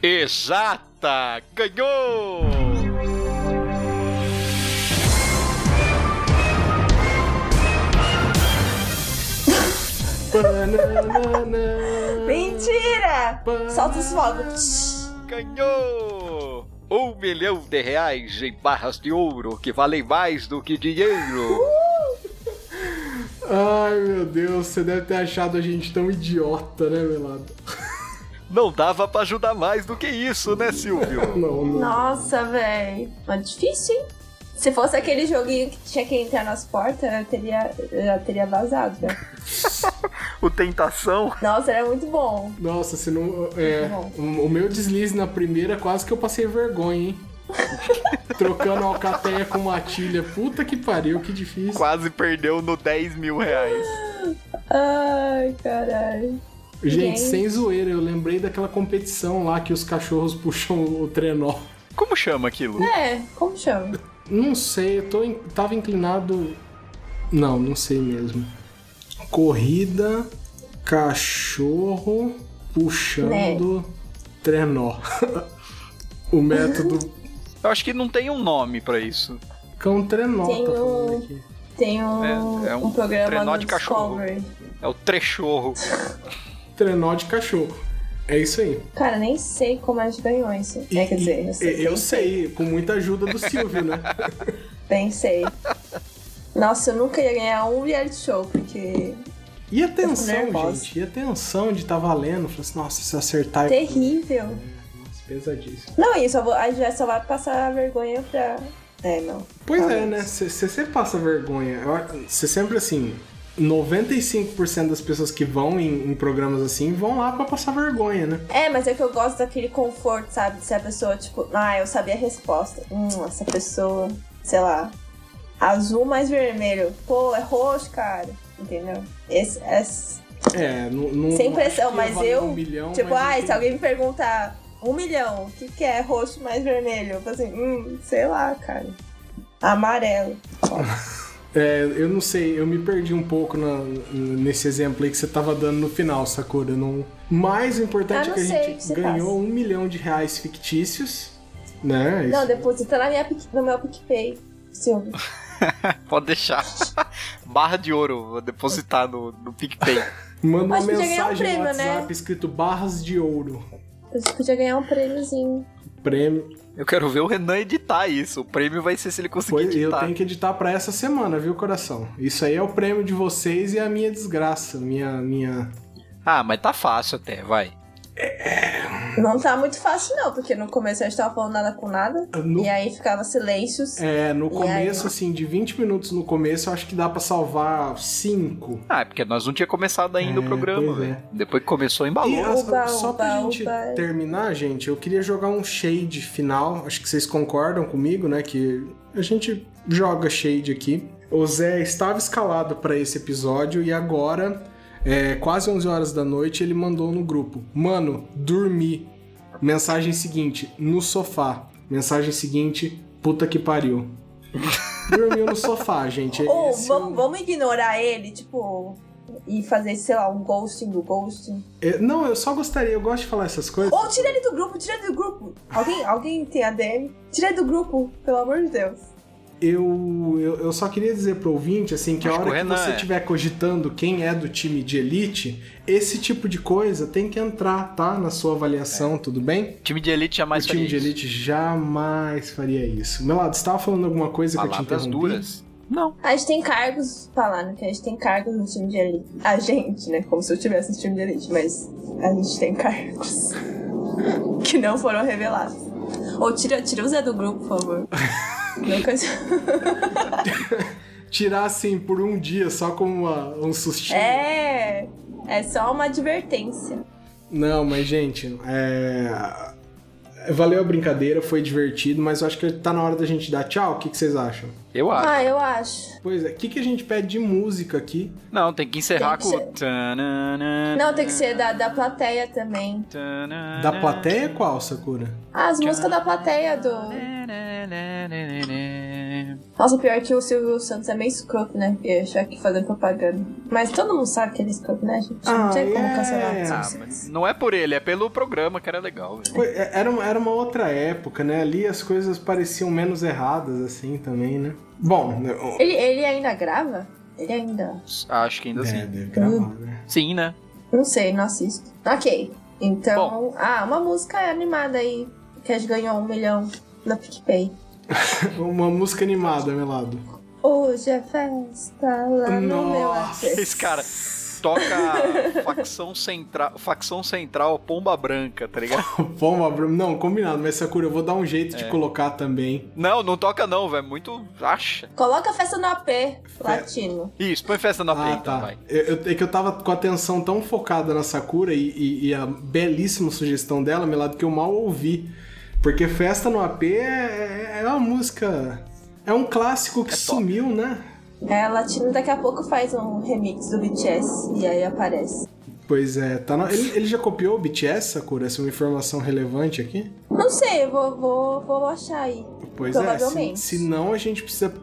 Speaker 2: Exata! Ganhou!
Speaker 3: Mentira! Solta os fogos.
Speaker 2: Ganhou! Um milhão de reais em barras de ouro que valem mais do que dinheiro.
Speaker 1: Ai, meu Deus, você deve ter achado a gente tão idiota, né, meu lado?
Speaker 2: Não dava pra ajudar mais do que isso, né, Silvio?
Speaker 1: Não, não.
Speaker 3: Nossa, velho. Mas difícil, hein? Se fosse aquele joguinho que tinha que entrar nas portas, eu teria, eu já teria vazado, velho.
Speaker 2: o Tentação.
Speaker 3: Nossa, era muito bom.
Speaker 1: Nossa, se não. É,
Speaker 3: Muito
Speaker 1: o o meu deslize na primeira quase que eu passei vergonha, hein? (laughs) Trocando alcateia com matilha. Puta que pariu, que difícil.
Speaker 2: Quase perdeu no 10 mil reais.
Speaker 3: Ai, caralho.
Speaker 1: Gente,
Speaker 3: Gente.
Speaker 1: sem zoeira, eu lembrei daquela competição lá que os cachorros (laughs) puxam o trenó.
Speaker 2: Como chama aquilo?
Speaker 3: É, como chama?
Speaker 1: Não sei, eu tô in- tava inclinado. Não, não sei mesmo. Corrida, cachorro,
Speaker 3: Né.
Speaker 1: puxando, trenó. (laughs) o
Speaker 3: (laughs)
Speaker 1: método
Speaker 2: Eu acho que não tem um nome pra isso.
Speaker 1: cão trenó,
Speaker 3: Tem
Speaker 1: tá falando
Speaker 3: um-
Speaker 1: aqui.
Speaker 3: Tem um,
Speaker 2: É, é um
Speaker 3: um programa
Speaker 2: trenó
Speaker 3: no
Speaker 2: de cachorro.
Speaker 3: Discovery.
Speaker 2: É o trechorro.
Speaker 1: Trenó de cachorro. É isso aí.
Speaker 3: Cara, nem sei como a gente ganhou isso.
Speaker 1: E-
Speaker 3: é, quer dizer,
Speaker 1: e-
Speaker 3: eu sei.
Speaker 1: eu sei, com muita ajuda do Silvio,
Speaker 3: (laughs)
Speaker 1: né?
Speaker 3: Bem
Speaker 1: (laughs)
Speaker 3: sei. Nossa, eu nunca ia ganhar um reality show, porque...
Speaker 1: E a
Speaker 3: Eu tô
Speaker 1: tensão,
Speaker 3: nervosa.
Speaker 1: gente. E a tensão de tá valendo. Falei assim, nossa, se eu acertar... eu-
Speaker 3: Terrível.
Speaker 1: Nossa, Pesadíssimo.
Speaker 3: Não, e eu só vou, a gente só vai passar vergonha pra... É, não.
Speaker 1: Pois é, né? Você sempre passa vergonha. Você sempre, assim, 95% das pessoas que vão em, em programas assim vão lá pra passar vergonha, né?
Speaker 3: É, mas é que eu gosto daquele conforto, sabe? Se a pessoa, tipo, ah, eu sabia a resposta. Hum, essa pessoa, sei lá, azul mais vermelho. Pô, é roxo, cara. Entendeu? Esse, esse-
Speaker 1: É, não. não-
Speaker 3: sem
Speaker 1: não
Speaker 3: pressão,
Speaker 1: acho que
Speaker 3: mas
Speaker 1: valeu
Speaker 3: eu.
Speaker 1: um milhão,
Speaker 3: tipo,
Speaker 1: mas
Speaker 3: ah,
Speaker 1: eu
Speaker 3: se
Speaker 1: tenho-
Speaker 3: alguém me perguntar um milhão, o que, que é roxo mais vermelho? Eu falo assim, hum, sei lá, cara. Amarelo.
Speaker 1: É, eu não sei, eu me perdi um pouco na- nesse exemplo aí que você tava dando no final, Sakura. Não... Mas o importante
Speaker 3: Ah,
Speaker 1: é que a
Speaker 3: não sei o que
Speaker 1: gente
Speaker 3: você
Speaker 1: ganhou
Speaker 3: passa.
Speaker 1: um milhão de reais fictícios, né?
Speaker 3: Não,
Speaker 1: Isso-
Speaker 3: deposita na minha, pic- no meu PicPay, Silvio.
Speaker 2: Pode deixar. Barra de ouro, vou depositar no, no PicPay.
Speaker 1: Manda uma
Speaker 3: Acho que podia ganhar um
Speaker 1: mensagem no
Speaker 3: prêmio, né?
Speaker 1: WhatsApp escrito barras de ouro.
Speaker 3: A gente podia ganhar um prêmiozinho.
Speaker 1: Prêmio.
Speaker 2: Eu quero ver o Renan editar isso. O prêmio vai ser se ele conseguir
Speaker 1: Pois, eu
Speaker 2: editar.
Speaker 1: tenho que editar pra essa semana, viu, coração? Isso aí é o prêmio de vocês e a minha desgraça, minha minha
Speaker 2: Ah, mas tá fácil até, vai.
Speaker 3: Não tá muito fácil, não, porque no começo a gente tava falando nada com nada.
Speaker 1: No-
Speaker 3: E aí ficava silêncios.
Speaker 1: É, no
Speaker 3: E
Speaker 1: começo,
Speaker 3: aí?
Speaker 1: assim, de 20 minutos no começo, eu acho que dá pra salvar 5.
Speaker 2: Ah, é porque nós não tinha começado ainda
Speaker 1: É,
Speaker 2: o programa,
Speaker 1: pois é.
Speaker 2: velho. Depois que começou,
Speaker 1: E
Speaker 2: embalou.
Speaker 1: as-
Speaker 3: Oba,
Speaker 1: só pra
Speaker 3: oba,
Speaker 1: gente
Speaker 3: oba.
Speaker 1: terminar, gente, eu queria jogar um shade final. Acho que vocês concordam comigo, né? Que a gente joga shade aqui. O Zé estava escalado pra esse episódio e agora, é, quase 11 horas da noite, ele mandou no grupo: Mano, dormi. Mensagem seguinte: no sofá. Mensagem seguinte: puta que pariu. Dormiu no sofá, gente.
Speaker 3: Ou
Speaker 1: Esse é o-
Speaker 3: vamos, vamos ignorar ele, tipo, e fazer, sei lá, um ghosting do ghosting.
Speaker 1: é, não, eu só gostaria, eu gosto de falar essas coisas.
Speaker 3: Ou tira ele do grupo, tira ele do grupo. Alguém, alguém tem a DM? Tira ele do grupo, pelo amor de Deus.
Speaker 1: Eu, eu, eu só queria dizer pro ouvinte, assim, que a
Speaker 2: Acho
Speaker 1: hora
Speaker 2: que o
Speaker 1: que
Speaker 2: Renan
Speaker 1: você
Speaker 2: é.
Speaker 1: estiver cogitando quem é do time de elite, esse tipo de coisa tem que entrar, tá? Na sua avaliação,
Speaker 2: É.
Speaker 1: tudo bem?
Speaker 2: Time de elite jamais
Speaker 1: o time
Speaker 2: faria
Speaker 1: de
Speaker 2: isso.
Speaker 1: elite jamais faria isso. Meu lado, você tava falando alguma coisa que eu te
Speaker 2: Palavras
Speaker 1: interrompi?
Speaker 2: duras. Não.
Speaker 3: A gente tem cargos, falaram que a gente tem cargos no time de elite. A gente, né? Como se eu tivesse no time de elite, mas a gente tem cargos (laughs) que não foram revelados. Ou tira, tira o Zé do grupo, por
Speaker 1: (laughs)
Speaker 3: favor. Nunca.
Speaker 1: Tirar, assim, por um dia, só como uma- um sustinho.
Speaker 3: (laughs) É! É só uma advertência.
Speaker 1: Não, mas, gente, é... Valeu a brincadeira, foi divertido, mas eu acho que tá na hora da gente dar tchau. O que, que vocês acham?
Speaker 2: Eu acho.
Speaker 3: Ah, eu acho.
Speaker 1: Pois é, o que, que a gente pede de música aqui?
Speaker 2: Não, tem que encerrar
Speaker 3: Tem que
Speaker 2: com. Tanana,
Speaker 3: Não, tem que ser da, da plateia também.
Speaker 2: tanana,
Speaker 1: Da plateia qual, Sakura?
Speaker 3: Ah, as músicas da plateia do.
Speaker 2: tanana.
Speaker 3: Nossa, pior que o Silvio Santos é meio escroto, né? Porque eu acho que fazendo propaganda. Mas todo mundo sabe que ele é escroto, né, gente?
Speaker 1: Ah,
Speaker 3: Não tem
Speaker 1: é.
Speaker 3: como cancelar o Silvio
Speaker 1: Ah,
Speaker 3: Santos.
Speaker 2: Não é por ele, é pelo programa que era legal. velho.
Speaker 1: Foi- é- Era, uma- era uma outra época, né? Ali as coisas pareciam menos erradas, assim, também, né? Bom, né, o-
Speaker 3: Ele, ele ainda grava? Ele ainda.
Speaker 2: Acho que ainda
Speaker 1: é,
Speaker 2: assim.
Speaker 1: deve gravar, né? (laughs)
Speaker 2: Sim, né?
Speaker 3: Não sei, não assisto. Ok. Então. Ah, uma música animada aí. Que a gente ganhou um milhão na PicPay.
Speaker 1: Uma música animada, meu lado.
Speaker 3: Hoje é festa lá no meu
Speaker 1: Nossa,
Speaker 3: AP.
Speaker 1: (laughs)
Speaker 2: Esse cara toca facção central, facção central Pomba Branca, tá ligado? (laughs)
Speaker 1: Pomba Bruno. Não, combinado, mas Sakura, eu vou dar um jeito
Speaker 2: É.
Speaker 1: de colocar também.
Speaker 2: Não, não toca não, velho. é Muito. Acha.
Speaker 3: Coloca festa no AP latino.
Speaker 2: Isso, põe festa na
Speaker 1: Ah,
Speaker 2: peita,
Speaker 1: tá.
Speaker 2: vai.
Speaker 1: Eu, eu- é que eu tava com a atenção tão focada na Sakura e, e- e a belíssima sugestão dela, meu lado, que eu mal ouvi. Porque Festa no AP é, é- é uma música. É um clássico que
Speaker 2: É top.
Speaker 1: sumiu, né?
Speaker 3: É, latino daqui a pouco faz um remix do BTS e aí aparece.
Speaker 1: Pois é, tá na- ele, ele já copiou o BTS, Sakura? Essa é uma informação relevante aqui?
Speaker 3: Não sei, eu vou, vou, vou achar aí.
Speaker 1: Pois é,
Speaker 3: Provavelmente.
Speaker 1: se, se não a gente precisa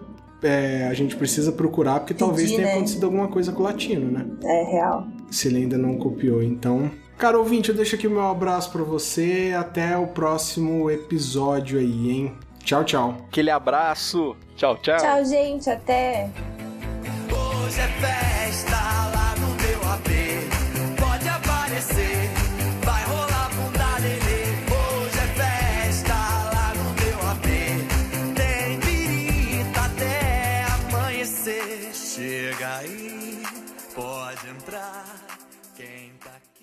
Speaker 1: é, a gente precisa procurar, porque talvez
Speaker 3: Pedir,
Speaker 1: tenha
Speaker 3: né?
Speaker 1: acontecido alguma coisa com o latino, né?
Speaker 3: É real.
Speaker 1: Se ele ainda não copiou, então... Cara, ouvinte, eu deixo aqui o meu abraço pra você, até o próximo episódio aí, hein? Tchau, tchau.
Speaker 2: Aquele abraço. Tchau, tchau.
Speaker 3: Tchau, gente. Até.
Speaker 4: Hoje é festa lá no meu AP. Pode aparecer, vai rolar bunda lelê. Hoje é festa lá no meu AP. Tem pirita até amanhecer. Chega aí, pode entrar. Quem tá